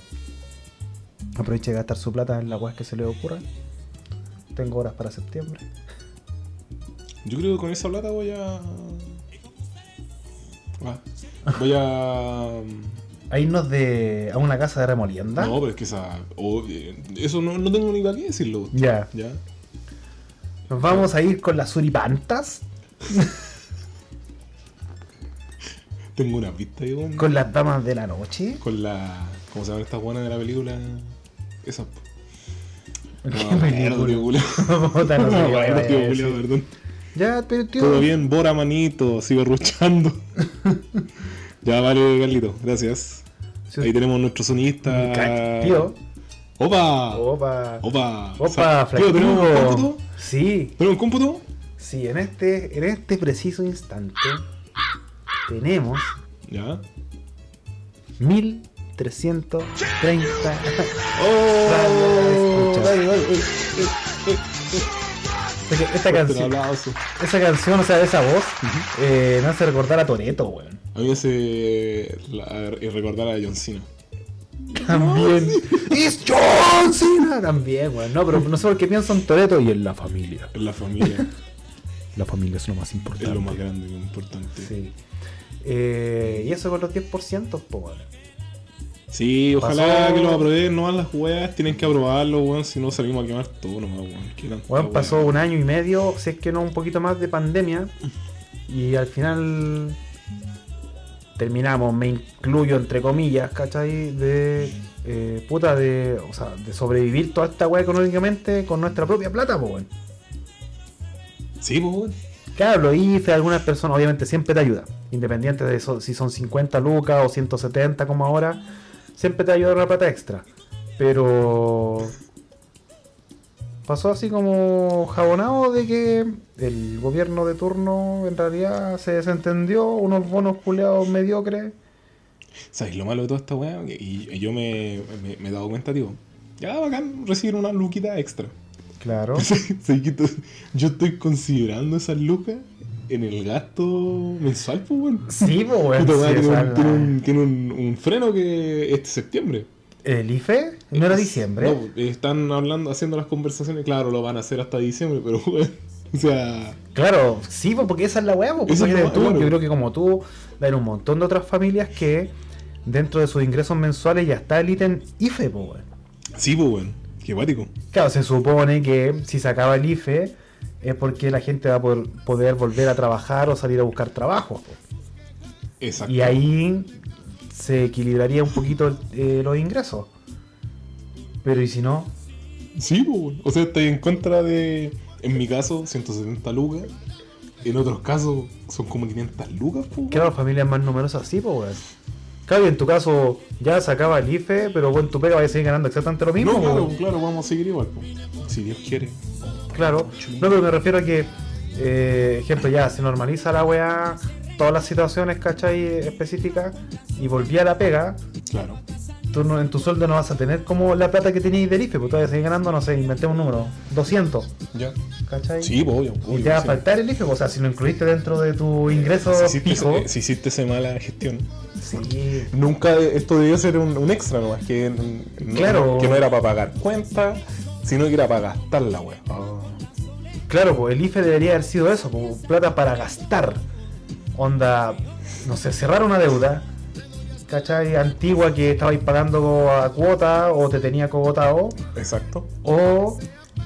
C: Aproveche de gastar su plata en la weas que se le ocurra. Tengo horas para septiembre.
D: Yo creo que con esa plata voy a. Ah, voy a.
C: A irnos de. a una casa de remolienda.
D: No, pero es que esa. o- eh, eso no, no tengo ni para qué decirlo.
C: Ya.
D: Ya.
C: Nos vamos a ir con las suripantas.
D: Tengo una pista ahí con,
C: Con las damas de la noche.
D: con la. ¿Cómo se llama esta buena de la película? Esa. po. No,
C: ¿Qué
D: me acuerdo,
C: película?
D: tío, culiao.
C: Puta, no sé
D: No,
C: qué
D: me
C: vaya a
D: acuerdo, tío,
C: decir.
D: culiao, perdón.
C: Ya, pero tío.
D: Todo bien, Bora Manito, sigo ruchando. ya, vale, Carlito, gracias.
C: Sí.
D: Ahí tenemos nuestro sonidista.
C: Ca- Tío.
D: Opa. Opa.
C: Opa.
D: Ah. Opa,
C: Opa,
D: Tío, ¿tenemos un
C: flaquito.
D: cómputo?
C: Sí,
D: ¿Tenemos un cómputo?
C: sí, en este, en este preciso instante tenemos
D: Ya.
C: 330
D: ¡Oh!
C: Escucha.
D: Dale, dale, uy,
C: Esta- Esta
D: un
C: canción,
D: aplauso.
C: esa canción, o sea, esa voz, eh, me hace recordar a Toreto, weón.
D: A mí me hace la- a- recordar a John Cena.
C: También. ¡Es John Cena! También, weón. No, pero no sé por qué pienso en Toreto y en la familia.
D: Es la familia,
C: La familia es lo más importante.
D: es lo más grande, lo importante. Sí,
C: Sí. Eh, y eso con los 10%, po, weón.
D: ojalá
C: Pasó-
D: que lo aprueben nomás las weas. Tienen que aprobarlo, weón. Si no, salimos a quemar todo nomás, weón. Qué tanta
C: Weón,
D: wea.
C: pasó un año y medio, si es que no un poquito más de pandemia. Y al final terminamos, me incluyo entre comillas, ¿cachai? De eh, puta de. O sea, de sobrevivir toda esta weá económicamente con nuestra propia plata, po, weón.
D: Sí, pues, weón.
C: Claro, lo hice, algunas personas obviamente siempre te ayuda. Independiente de eso, si son 50 lucas o 170 como ahora, siempre te ayuda una plata extra. Pero pasó así como jabonado de que el gobierno de turno en realidad se desentendió, unos bonos culeados mediocres.
D: ¿Sabes lo malo de toda esta weá? Que- Y yo me, me, me he dado cuenta, tío. Ya, bacán, recibir una luquita extra.
C: Claro.
D: Sí, que entonces, yo estoy considerando esas lucas en el gasto mensual, pues, weón.
C: Sí, pues, weón,
D: Puta, weá,
C: sí,
D: tiene,
C: o sea,
D: un,
C: la-
D: tiene un- tiene un- un freno que este septiembre.
C: ¿El IFE? ¿No era
D: Es-
C: diciembre?
D: No, están hablando, haciendo las conversaciones, claro, lo van a hacer hasta diciembre, pero weón, o sea,
C: Claro, sí, pues, porque esa es la weá, pues,
D: Esa es
C: porque
D: la-
C: tú,
D: claro.
C: yo creo que como tú, hay un montón de otras familias que dentro de sus ingresos mensuales ya está el ítem IFE, pues, weón.
D: sí, pues weón, qué guático.
C: Claro, se supone que si se acaba el IFE es porque la gente va a poder, poder volver a trabajar o salir a buscar trabajo. pues.
D: Exacto.
C: Y ahí se equilibraría un poquito eh, los ingresos. Pero ¿y si no?
D: Sí, pues weón. O sea, estoy en contra de, en mi caso, 170 lucas. En otros casos son como 500 lucas, pues. weón.
C: Claro, las familias más numerosas sí, pues, weón. Claro, y en tu caso ya se acaba el IFE, pero bueno, tu pega va a seguir ganando exactamente lo mismo.
D: No,
C: pues,
D: claro,
C: weón.
D: claro, vamos a seguir igual, pues. Si Dios quiere.
C: Claro, no, pero me refiero a que, eh, ejemplo, ya se normaliza la weá, todas las situaciones, ¿cachai? específicas, y volví a la pega,
D: Claro.
C: tú no- en tu sueldo no vas a tener como la plata que tenías del IFE, porque todavía seguís ganando, no sé, inventemos un número, 200,
D: Ya.
C: ¿cachai?
D: Sí, pues obvio,
C: y
D: obvio,
C: te va a
D: sí. Eh,
C: faltar el IFE, o sea, si lo incluiste dentro de tu ingreso
D: Si hiciste,
C: fijo.
D: si hiciste esa mala gestión.
C: Sí.
D: Nunca, esto debió ser un, un extra nomás, que, n- no-
C: Claro.
D: que no era para pagar cuentas, sino que era para gastar la wea.
C: Claro, pues el IFE debería haber sido eso, como plata para gastar. Onda, no sé, cerrar una deuda, ¿cachai? Antigua que estabais pagando a cuota o te tenía cogotado,
D: Exacto.
C: o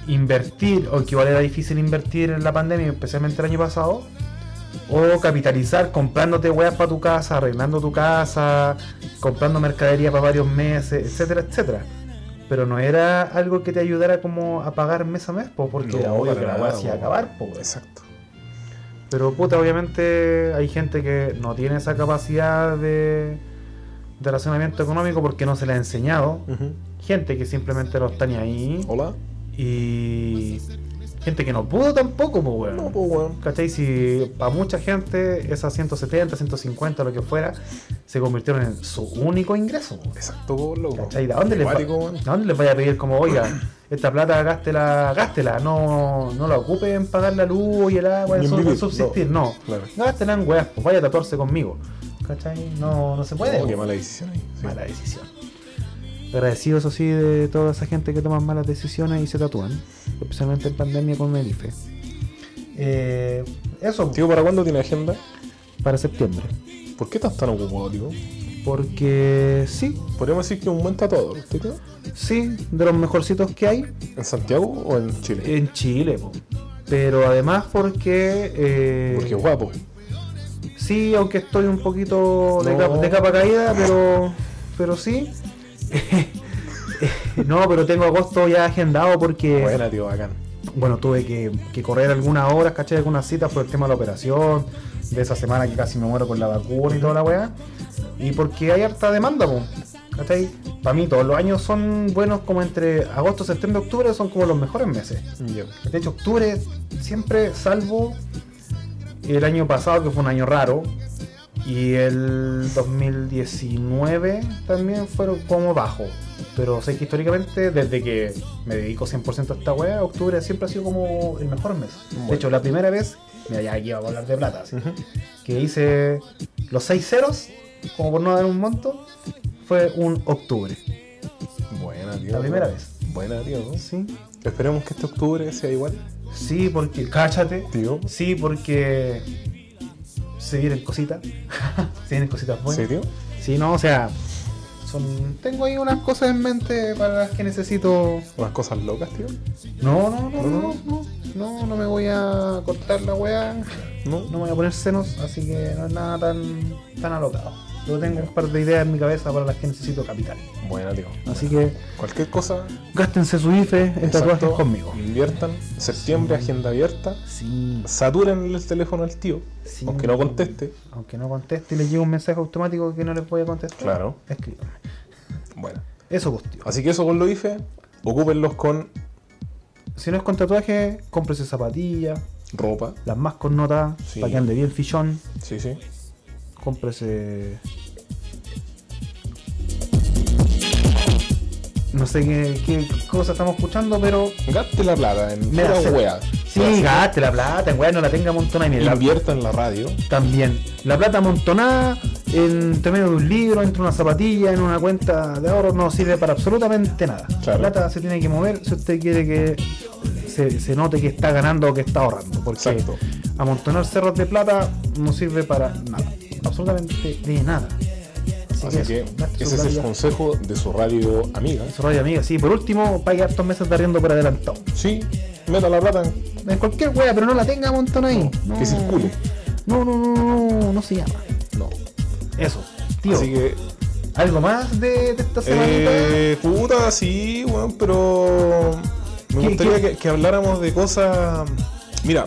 C: invertir, o que igual era difícil invertir en la pandemia, especialmente el año pasado, o capitalizar comprándote weas para tu casa, arreglando tu casa, comprando mercadería para varios meses, etcétera, etcétera. Pero no era algo que te ayudara como a pagar mes a mes, po, porque
D: No,
C: era obvio
D: para
C: que la
D: nada,
C: wea se iba a
D: po.
C: acabar, po, weón.
D: Exacto.
C: Pero puta, obviamente hay gente que no tiene esa capacidad de, de racionamiento económico porque no se le ha enseñado. Gente que simplemente no está ni ahí.
D: Hola.
C: Y gente que no pudo tampoco, pues weón.
D: No, pues weón.
C: ¿Cachai? Si para mucha gente esas 170, 150, lo que fuera, se convirtieron en su único ingreso. po.
D: Exacto, pues loco.
C: ¿Cachai? ¿A dónde, les va-
D: Cuático, weón.
C: ¿A dónde les vaya a pedir como, oiga, esta plata gástela, gástela, no, no la ocupen en pagar la luz y el agua,
D: Ni en
C: eso
D: vivir,
C: subsistir,
D: no.
C: no.
D: Claro.
C: Gástela en weas, pues vaya a tatuarse conmigo. ¿Cachai? No, no se puede.
D: Oh, qué
C: po.
D: mala decisión ahí. sí.
C: Mala decisión. Agradecido, eso sí, de toda esa gente que toma malas decisiones y se tatúan. Especialmente en pandemia con el IFE. Eh, eso,
D: Tío, ¿para cuándo tiene agenda?
C: para septiembre.
D: ¿Por qué estás tan ocupado, tío?
C: Porque sí,
D: Podríamos decir que es un buen tatuador, ¿usted, tío?
C: sí, de los mejorcitos que hay
D: ¿En Santiago o en Chile?
C: en Chile. po. Pero además porque... eh,
D: Porque es guapo.
C: Sí, aunque estoy un poquito de,
D: No.
C: capa, de capa caída, pero, pero sí. no, pero tengo agosto ya agendado porque...
D: Buena, tío, bacán.
C: bueno, tuve que, que correr algunas horas, caché algunas citas por el tema de la operación, de esa semana que casi me muero con la vacuna y toda la weá. Y porque hay harta demanda, po, ¿cachai? Para mí todos los años son buenos como entre agosto, septiembre, octubre, son como los mejores meses.
D: Ya.
C: De hecho, octubre siempre, salvo el año pasado, que fue un año raro, Y el 2019 también fueron como bajo. Pero sé que históricamente, desde que me dedico 100% a esta wea, octubre siempre ha sido como el mejor mes. De hecho, la primera vez, mira, ya aquí vamos a hablar de plata, así, que hice los seis ceros, como por no dar un monto, fue un octubre.
D: Buena, tío.
C: La primera vez.
D: Buena, tío.
C: Sí,
D: Esperemos que este octubre sea igual,
C: sí, porque, cáchate,
D: tío.
C: sí, porque se vienen cositas, se vienen cositas buenas.
D: ¿Serio?
C: Sí, no, o sea, son, tengo ahí unas cosas en mente para las que necesito.
D: Unas cosas locas, tío.
C: No, no, no, no, no, no, no me voy a cortar la weá,
D: No,
C: no me voy a poner senos, así que no es nada tan, tan alocado. Yo tengo un par de ideas en mi cabeza para las que necesito capital.
D: Buena, tío.
C: Así que
D: Cualquier cosa.
C: gástense su IFE en tatuajes
D: exacto,
C: conmigo.
D: Inviertan. Septiembre, agenda abierta.
C: Sí,
D: Saturen el teléfono al tío.
C: Sí.
D: Aunque no conteste.
C: aunque no conteste y les llegue un mensaje automático que no les voy a contestar.
D: Claro.
C: Escríbanme.
D: Bueno.
C: Eso cuestión.
D: Así que eso con lo IFE. Ocúpenlos con
C: Si no es con tatuaje, cómprese zapatillas,
D: ropa.
C: las más con nota,
D: Sí.
C: para que ande bien fichón.
D: Sí, sí.
C: cómprese. No sé qué, qué cosa estamos escuchando, pero.
D: Gaste la plata en
C: me
D: pura
C: hace-
D: wea.
C: Sí,
D: Así,
C: gaste la plata, weá, no la tenga amontonada. Y mire, la-
D: Invierta en la radio.
C: también. La plata amontonada, entre medio de un libro, entre una zapatilla, en una cuenta de ahorro, no sirve para absolutamente nada.
D: Claro.
C: La plata se tiene que mover si usted quiere que se, se note que está ganando o que está ahorrando. Porque
D: Exacto.
C: amontonar cerros de plata no sirve para nada. Absolutamente de nada.
D: Así que
C: eso, gaste su
D: ese es el
C: plata.
D: consejo de su radio amiga.
C: Su radio amiga, sí. Por último, pague hartos meses de arriendo por adelantado.
D: Sí, meta la plata en-
C: En cualquier wea, pero no la tenga amontonada ahí. No,
D: que circule.
C: No, no, no, no, no, no se llama.
D: No.
C: Eso, tío.
D: Así que.
C: ¿Algo más de, de esta semanita?
D: Eh, puta, sí, weón, pero. Me
C: ¿Qué-
D: gustaría
C: qué?
D: Que, que habláramos de cosas. Mira,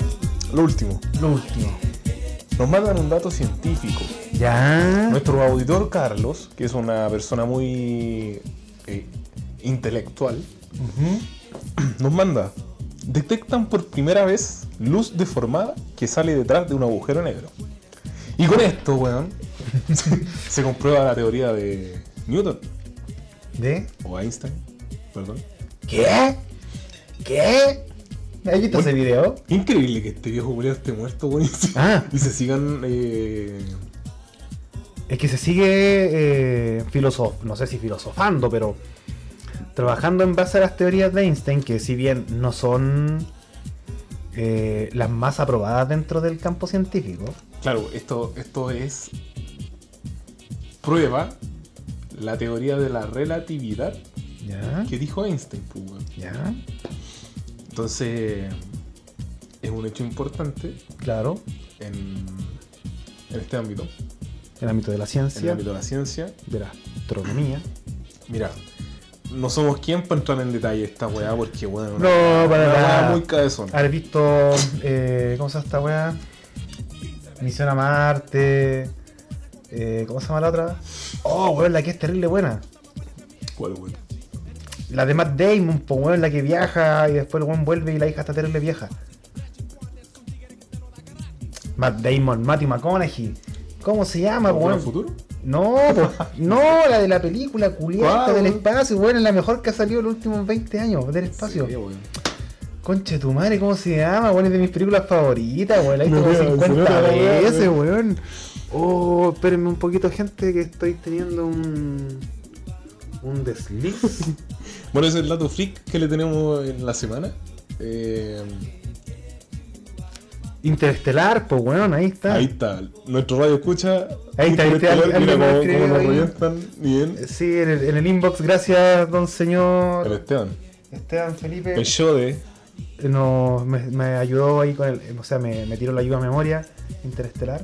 D: lo último.
C: Lo último.
D: Nos mandan un dato científico.
C: Ya.
D: Nuestro auditor Carlos, que es una persona muy eh, intelectual, nos manda. Detectan por primera vez luz deformada que sale detrás de un agujero negro. Y con esto, weón, se, se comprueba la teoría de Newton
C: ¿De?
D: o Einstein, perdón.
C: ¿Qué? ¿Qué? ¿Has visto ese video?
D: Increíble que este viejo culiao esté muerto, weón, y se,
C: Ah.
D: y se sigan eh,
C: Es que se sigue eh, filosof- no sé si filosofando, pero trabajando en base a las teorías de Einstein, que si bien no son eh, las más aprobadas dentro del campo científico,
D: Claro, esto, esto es prueba la teoría de la relatividad
C: ¿ya?
D: que dijo Einstein. pues, weón.
C: ¿Ya?
D: Entonces, es un hecho importante
C: Claro,
D: en, en este ámbito,
C: en el ámbito de la
D: en el
C: ciencia,
D: ámbito de la ciencia.
C: de la astronomía.
D: Mira, no somos quien para entrar en detalle esta weá porque, bueno,
C: No, para
D: una
C: nada.
D: weá muy cabezón.
C: Haber visto, eh, ¿cómo se llama esta weá? Misión a Marte, eh, ¿cómo se llama la otra? Oh, weón, la que es terrible buena.
D: ¿Cuál, weón?
C: La de Matt Damon, pues weón, la que viaja y después el weón vuelve y la hija está terrible vieja. Matt Damon, Matthew McConaughey. ¿Cómo se llama,
D: ¿Volver al
C: weón?
D: futuro?
C: No, po, no, la de la película culiada
D: ¿Cuál,
C: del
D: weón?
C: espacio, weón, es la mejor que ha salido en los últimos 20 años del espacio.
D: Sí, weón.
C: Conche tu madre, ¿cómo se llama? Bueno, es de mis películas favoritas, weón. La he visto
D: No
C: como
D: veo,
C: 50
D: señora, la weá,
C: veces, weón. Oh, espérenme un poquito, gente, que estoy teniendo un. un desliz.
D: Bueno, ese es el dato freak que le tenemos en la semana. Eh,
C: Interestelar, pues weón, ahí está.
D: Ahí está, nuestro radio escucha.
C: Ahí está, ahí está,
D: Interestelar,
C: alguien
D: mira
C: me
D: cómo,
C: escribió
D: cómo nos
C: ahí.
D: proyectan bien.
C: Sí, en el, en el inbox, gracias, don
D: El
C: señor
D: Esteban.
C: Esteban Felipe.
D: El show de.
C: Nos- me, me ayudó ahí con el. O sea, me, me tiró la ayuda a memoria, Interestelar.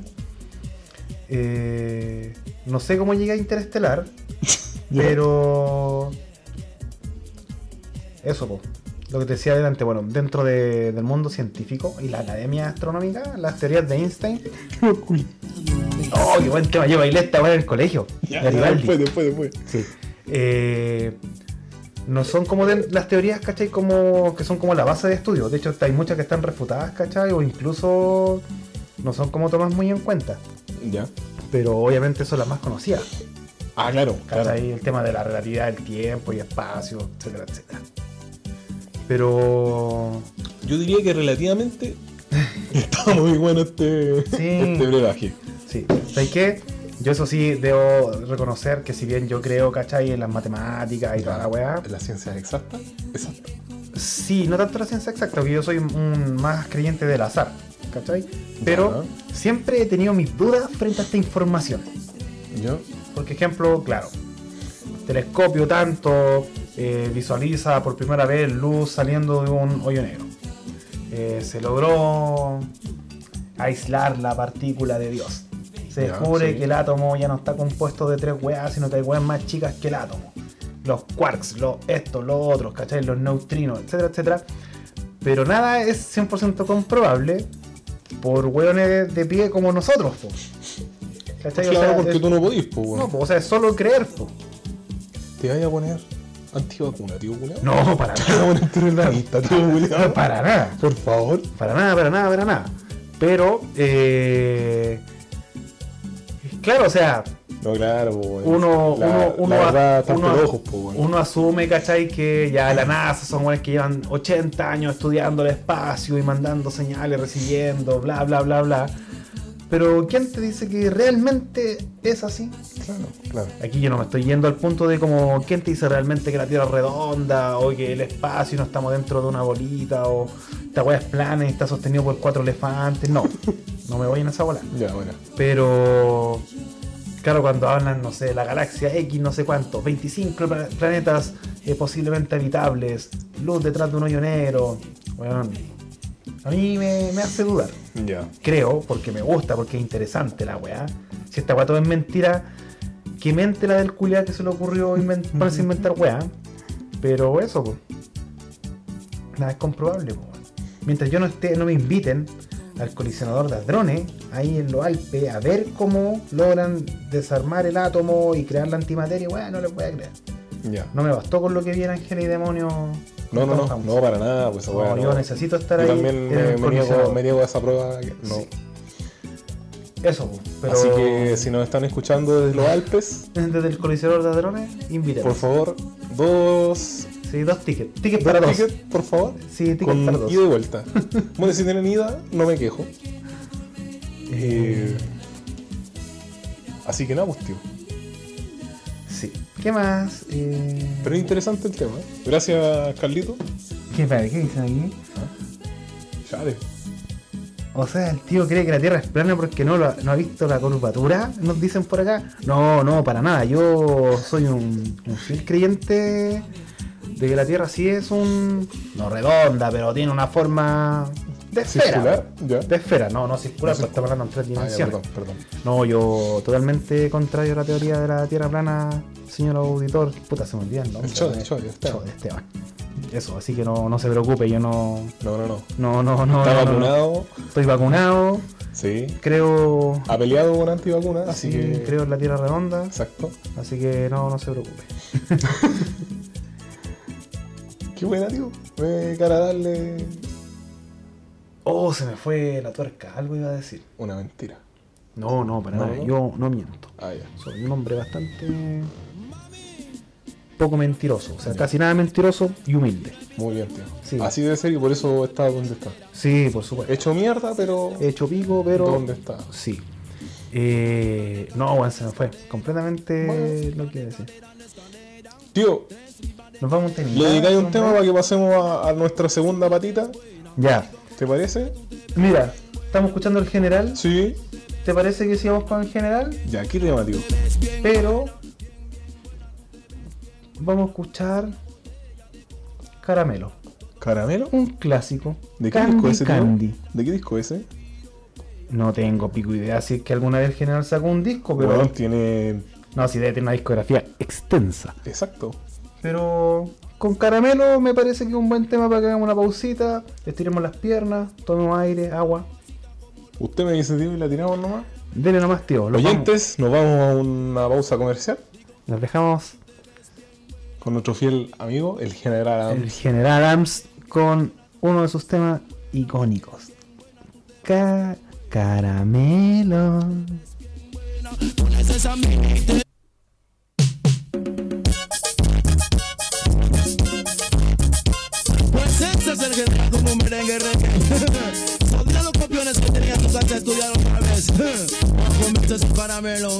C: Eh, no sé cómo llegué a Interestelar, pero. Eso, po. Lo que te decía adelante, bueno, dentro de- del mundo científico y la academia astronómica, las teorías de Einstein. ¡Oh, qué buen tema! Yo bailé esta weá en el colegio.
D: Ya,
C: Garibaldi.
D: después, después, después.
C: Eh, no son como de- las teorías, ¿cachai? Como, que son como la base de estudio. De hecho, hay muchas que están refutadas, ¿cachai? O incluso no son como tomadas muy en cuenta.
D: Ya.
C: pero obviamente son las más conocidas.
D: Ah, claro, claro.
C: ¿Cachai? El tema de la relatividad del tiempo y espacio, etcétera, etcétera. Pero.
D: Yo diría que relativamente está muy bueno este,
C: Sí.
D: este brebaje.
C: Sí, ¿sabes qué? Yo eso sí debo reconocer que si bien yo creo, ¿cachai? En las matemáticas y toda la weá.
D: ¿La ciencia es exacta? Exacto.
C: Sí, no tanto la ciencia exacta, porque yo soy un más creyente del azar, ¿cachai? Pero siempre he tenido mis dudas frente a esta información.
D: Yo,
C: Porque ejemplo, claro, telescopio tanto, eh, visualiza por primera vez luz saliendo de un hoyo negro. Eh, se logró aislar la partícula de Dios. Se
D: Ya,
C: descubre
D: sí.
C: que el átomo ya no está compuesto de tres weas, sino que hay weas más chicas que el átomo. Los quarks, los estos, los otros, ¿cachai? Los neutrinos, etcétera, etcétera. Pero nada es 100% comprobable por weones de pie como nosotros, po. ¿Cachai? O
D: claro,
C: sea,
D: porque
C: es-
D: tú no podís, pues,
C: no, po, o sea, es solo creer, po.
D: Te vaya a poner antivacuna, tío culiao.
C: No, para
D: Te vas a poner terrorista, tío culiao.
C: para nada.
D: Por favor.
C: Para nada, para nada, para nada. Pero, eh, claro, o sea,
D: No, claro, pues, weón.
C: uno,
D: La-
C: uno, uno,
D: la verdad, están
C: uno-
D: pelojos, pues, weón.
C: uno asume, ¿cachai? Que ya la NASA son güeyes que llevan 80 años estudiando el espacio y mandando señales, recibiendo, bla, bla, bla, bla. Pero, ¿quién te dice que realmente es así?
D: Claro, claro.
C: Aquí yo no me estoy yendo al punto de como quién te dice realmente que la Tierra es redonda o que el espacio y no estamos dentro de una bolita o esta weá es plana y está sostenido por cuatro elefantes. No, no me voy en esa bola.
D: Ya, bueno.
C: Pero claro, cuando hablan, no sé, de la galaxia X, no sé cuánto, 25 pla- planetas eh, posiblemente habitables, luz detrás de un hoyo negro. Weón, a mí me- me hace dudar
D: Ya.
C: creo, porque me gusta, porque es interesante la weá. Si esta weá todo es mentira, que mente la del culiá que se le ocurrió inven- ponerse a inventar weá. Pero eso, po. Nada es comprobable, po. Mientras yo no esté, no me inviten al colisionador de hadrones, ahí en los Alpes, a ver cómo logran desarmar el átomo y crear la antimateria, weá, no les voy a creer.
D: Ya.
C: No me bastó con lo que vi en Ángeles y Demonios.
D: No, no, no,
C: Tom
D: no, para nada, pues esa
C: Hanks.
D: weá.
C: No,
D: no.
C: yo necesito estar
D: Yo
C: ahí.
D: también
C: en
D: me,
C: el
D: me niego,
C: colisionador.
D: me niego a esa prueba. que- No.
C: Sí. Eso, po, pero...
D: Así que si nos están escuchando desde los Alpes,
C: desde el colisionador de hadrones,
D: por
C: invitemos.
D: favor, dos,
C: Sí, dos tickets. Tickets
D: dos
C: para dos.
D: tickets, por favor.
C: Sí, tickets
D: con
C: para dos.
D: ida y vuelta. bueno, si tienen ida, no me quejo.
C: Mm.
D: Eh, así que nada, pues, tío.
C: Sí. ¿Qué más? Eh,
D: Pero es interesante el tema. ¿eh? Gracias, Carlito.
C: ¿Qué, para, ¿Qué dicen aquí?
D: Chale.
C: O sea, el tío cree que la Tierra es plana porque no, lo ha, no ha visto la curvatura, nos dicen por acá. No, no, para nada. Yo soy un, un fiel creyente de que la Tierra sí es un... No redonda, pero tiene una forma de esfera.
D: Circular, ya.
C: De esfera, no, no circular,
D: No
C: pues estamos hablando en tres
D: Ah, ya,
C: dimensiones.
D: perdón, perdón.
C: No, yo totalmente contrario a la teoría de la Tierra plana, señor auditor. Puta, se me olvidan, ¿no?
D: El Chode, Chode, Esteban.
C: Chode, Esteban. Eso, así que no, no se preocupe, yo no.
D: No, no, no.
C: No, no, no.
D: Está
C: no, no,
D: vacunado,
C: no. Estoy vacunado,
D: sí.
C: creo.
D: Ha peleado con antivacunas, Ah, así
C: sí,
D: que.
C: Creo en la Tierra redonda,
D: Exacto.
C: así que no, no se preocupe.
D: Qué buena, tío. Eh, cara darle
C: Oh, se me fue la tuerca, algo iba a decir.
D: una mentira.
C: No, no, para
D: No,
C: nada,
D: no.
C: yo no miento.
D: Ah, ya.
C: Soy un hombre bastante. poco mentiroso, o sea, casi nada mentiroso y humilde.
D: Muy bien, tío.
C: Sí.
D: Así debe ser y por eso está donde está.
C: Sí, por supuesto.
D: Hecho mierda, pero.
C: hecho pico, pero.
D: ¿Dónde está?
C: Sí. Eh, no, weón, se me fue. Completamente
D: Bueno.
C: lo que iba a decir.
D: Tío,
C: Nos vamos a terminar.
D: le dedicáis un
C: hombre.
D: tema para que pasemos a, a nuestra segunda patita.
C: Ya.
D: ¿Te parece?
C: Mira, estamos escuchando el general.
D: Sí.
C: ¿Te parece que sigamos con el general?
D: Ya, aquí tema, tío.
C: Pero. Vamos a escuchar. Caramelo.
D: ¿Caramelo?
C: Un clásico.
D: ¿De qué
C: Candy
D: disco ese, tío?
C: Candy.
D: ¿De qué disco ese?
C: No tengo pico idea si es que alguna vez el general sacó un disco, pero.
D: Bueno, tiene.
C: No, si debe tener una discografía extensa.
D: Exacto.
C: Pero con caramelo me parece que es un buen tema para que hagamos una pausita, estiremos las piernas, tomemos aire, agua.
D: Usted me dice, tío, y la tiramos nomás.
C: Dele nomás, tío. los
D: Oyentes, nos vamos a una pausa comercial
C: vamos. Nos dejamos
D: con nuestro fiel amigo, el general
C: el
D: Adams.
C: General Adams con uno de sus temas icónicos. Ca- caramelo.
F: Buena Pues ese es el guerrero como un merengue reggae. Son de los copiones que tenían tus antes estudiar otra vez. Bajo meses el caramelo.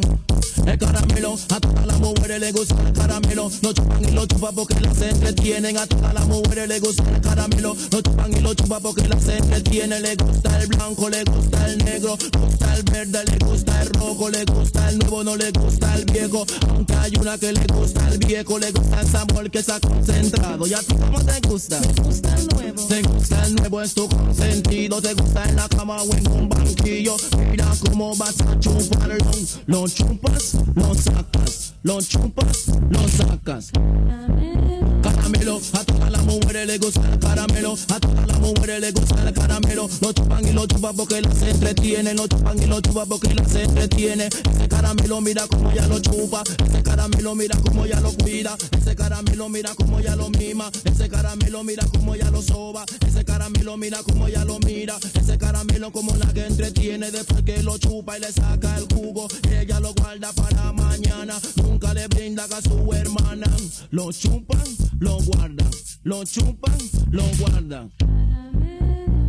F: El caramelo, a todas las mujeres les gusta el caramelo. No chupan y lo chupan porque las entretienen. A todas las mujeres les gusta el caramelo. No chupan y lo chupan porque las entretienen. Le gusta el blanco, le gusta el negro, le gusta el verde, le gusta el rojo, le gusta el nuevo, no le gusta el viejo. Aunque hay una que le gusta el viejo, le gusta el sabor que está concentrado. ¿Y a ti cómo te gusta?
G: gusta el nuevo.
F: Te gusta el nuevo, es tu consentido. Te gusta en la cama o en un banquillo. Mira cómo vas a chuparlo. Lo chupas, lo sacas. Lo chupas, lo sacas. Caramelo, a todas las mujeres les gusta el caramelo. A todas las mujeres les gusta el caramelo. Lo chupan y lo chupan porque las entretiene. Lo chupan y lo chupan porque las entretiene. Ese caramelo mira cómo ya lo chupa. Ese caramelo mira cómo ya lo cuida. Ese caramelo mira cómo ya lo mima. Ese caramelo mira cómo ya lo soba. Ese caramelo mira cómo ya lo mira. Ese caramelo como la que entretiene. Después que lo chupa y le saca el jugo. Ella lo guarda para mañana. Nunca le brinda a su hermana. Lo chupan, lo guardan. Lo chupan, lo guardan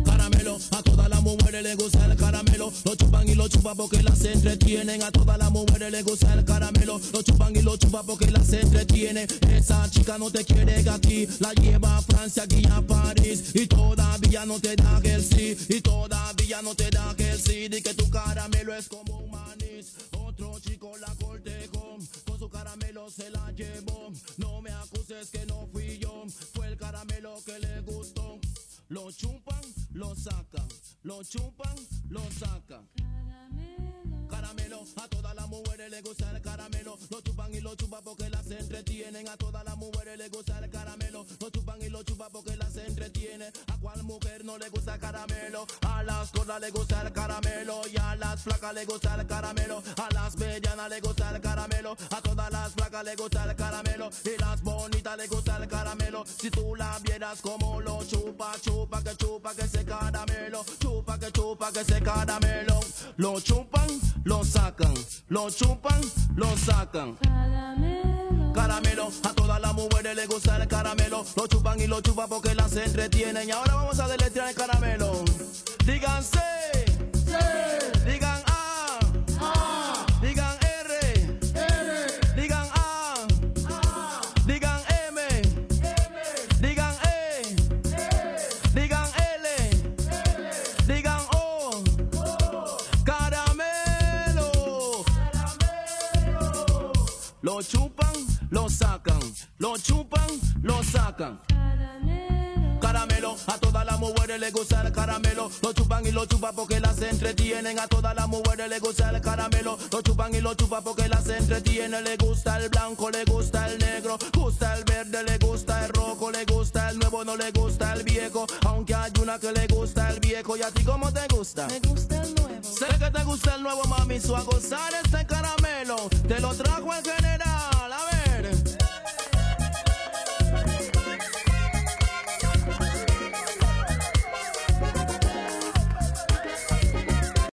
F: caramelo. A todas las mujeres les gusta el caramelo. Lo chupan y lo chupan porque las entretienen. A todas las mujeres les gusta el caramelo. Lo chupan y lo chupan porque las entretiene. Esa chica no te quiere aquí. La lleva a Francia, aquí a París. Y todavía no te da que el sí. Y todavía no te da que el sí. Di que tu caramelo es como un manís. Otro chico la cortejó. Con su caramelo se la llevó. No me acuses que no fui yo. Fue el caramelo que le gustó. Lo chupan, lo sacan. Lo chupan, lo sacan. Caramelo, a todas las mujeres les gusta el caramelo. Lo chupan y lo chupan porque las entretienen. A todas las mujeres les gusta el caramelo. Lo chupan y lo chupan porque las entretienen. A cual mujer no le gusta el caramelo. A las gordas le gusta el caramelo. Y a las flacas le gusta el caramelo. A las medianas le gusta el caramelo. A todas las flacas le gusta el caramelo. Y las bonitas le gusta el caramelo. Si tú la vieras como lo chupa, chupa, que chupa, que se caramelo. Chupa, que chupa, que se caramelo. Lo chupan, lo sacan. Lo chupan, lo sacan. Caramelo, a todas las mujeres les gusta el caramelo. Lo chupan y lo chupan porque las entretienen. Y ahora vamos a deletrear el caramelo. Digan C, digan A, digan R, digan A, digan M, digan E, digan L, digan O. Caramelo. Lo chupan, lo sacan. Lo chupan, lo sacan. Caramelo, a todas las mujeres les gusta el caramelo. Lo chupan y lo chupan porque las entretienen. A todas las mujeres les gusta el caramelo. Lo chupan y lo chupan porque las entretienen. Le gusta el blanco, le gusta el negro. Gusta el verde, le gusta el rojo. Le gusta el nuevo, no le gusta el viejo. Aunque hay una que le gusta el viejo. ¿Y a ti cómo te gusta?
G: Me gusta el nuevo.
F: Sé que te gusta el nuevo mami, su a gozar este caramelo. Te lo trajo el que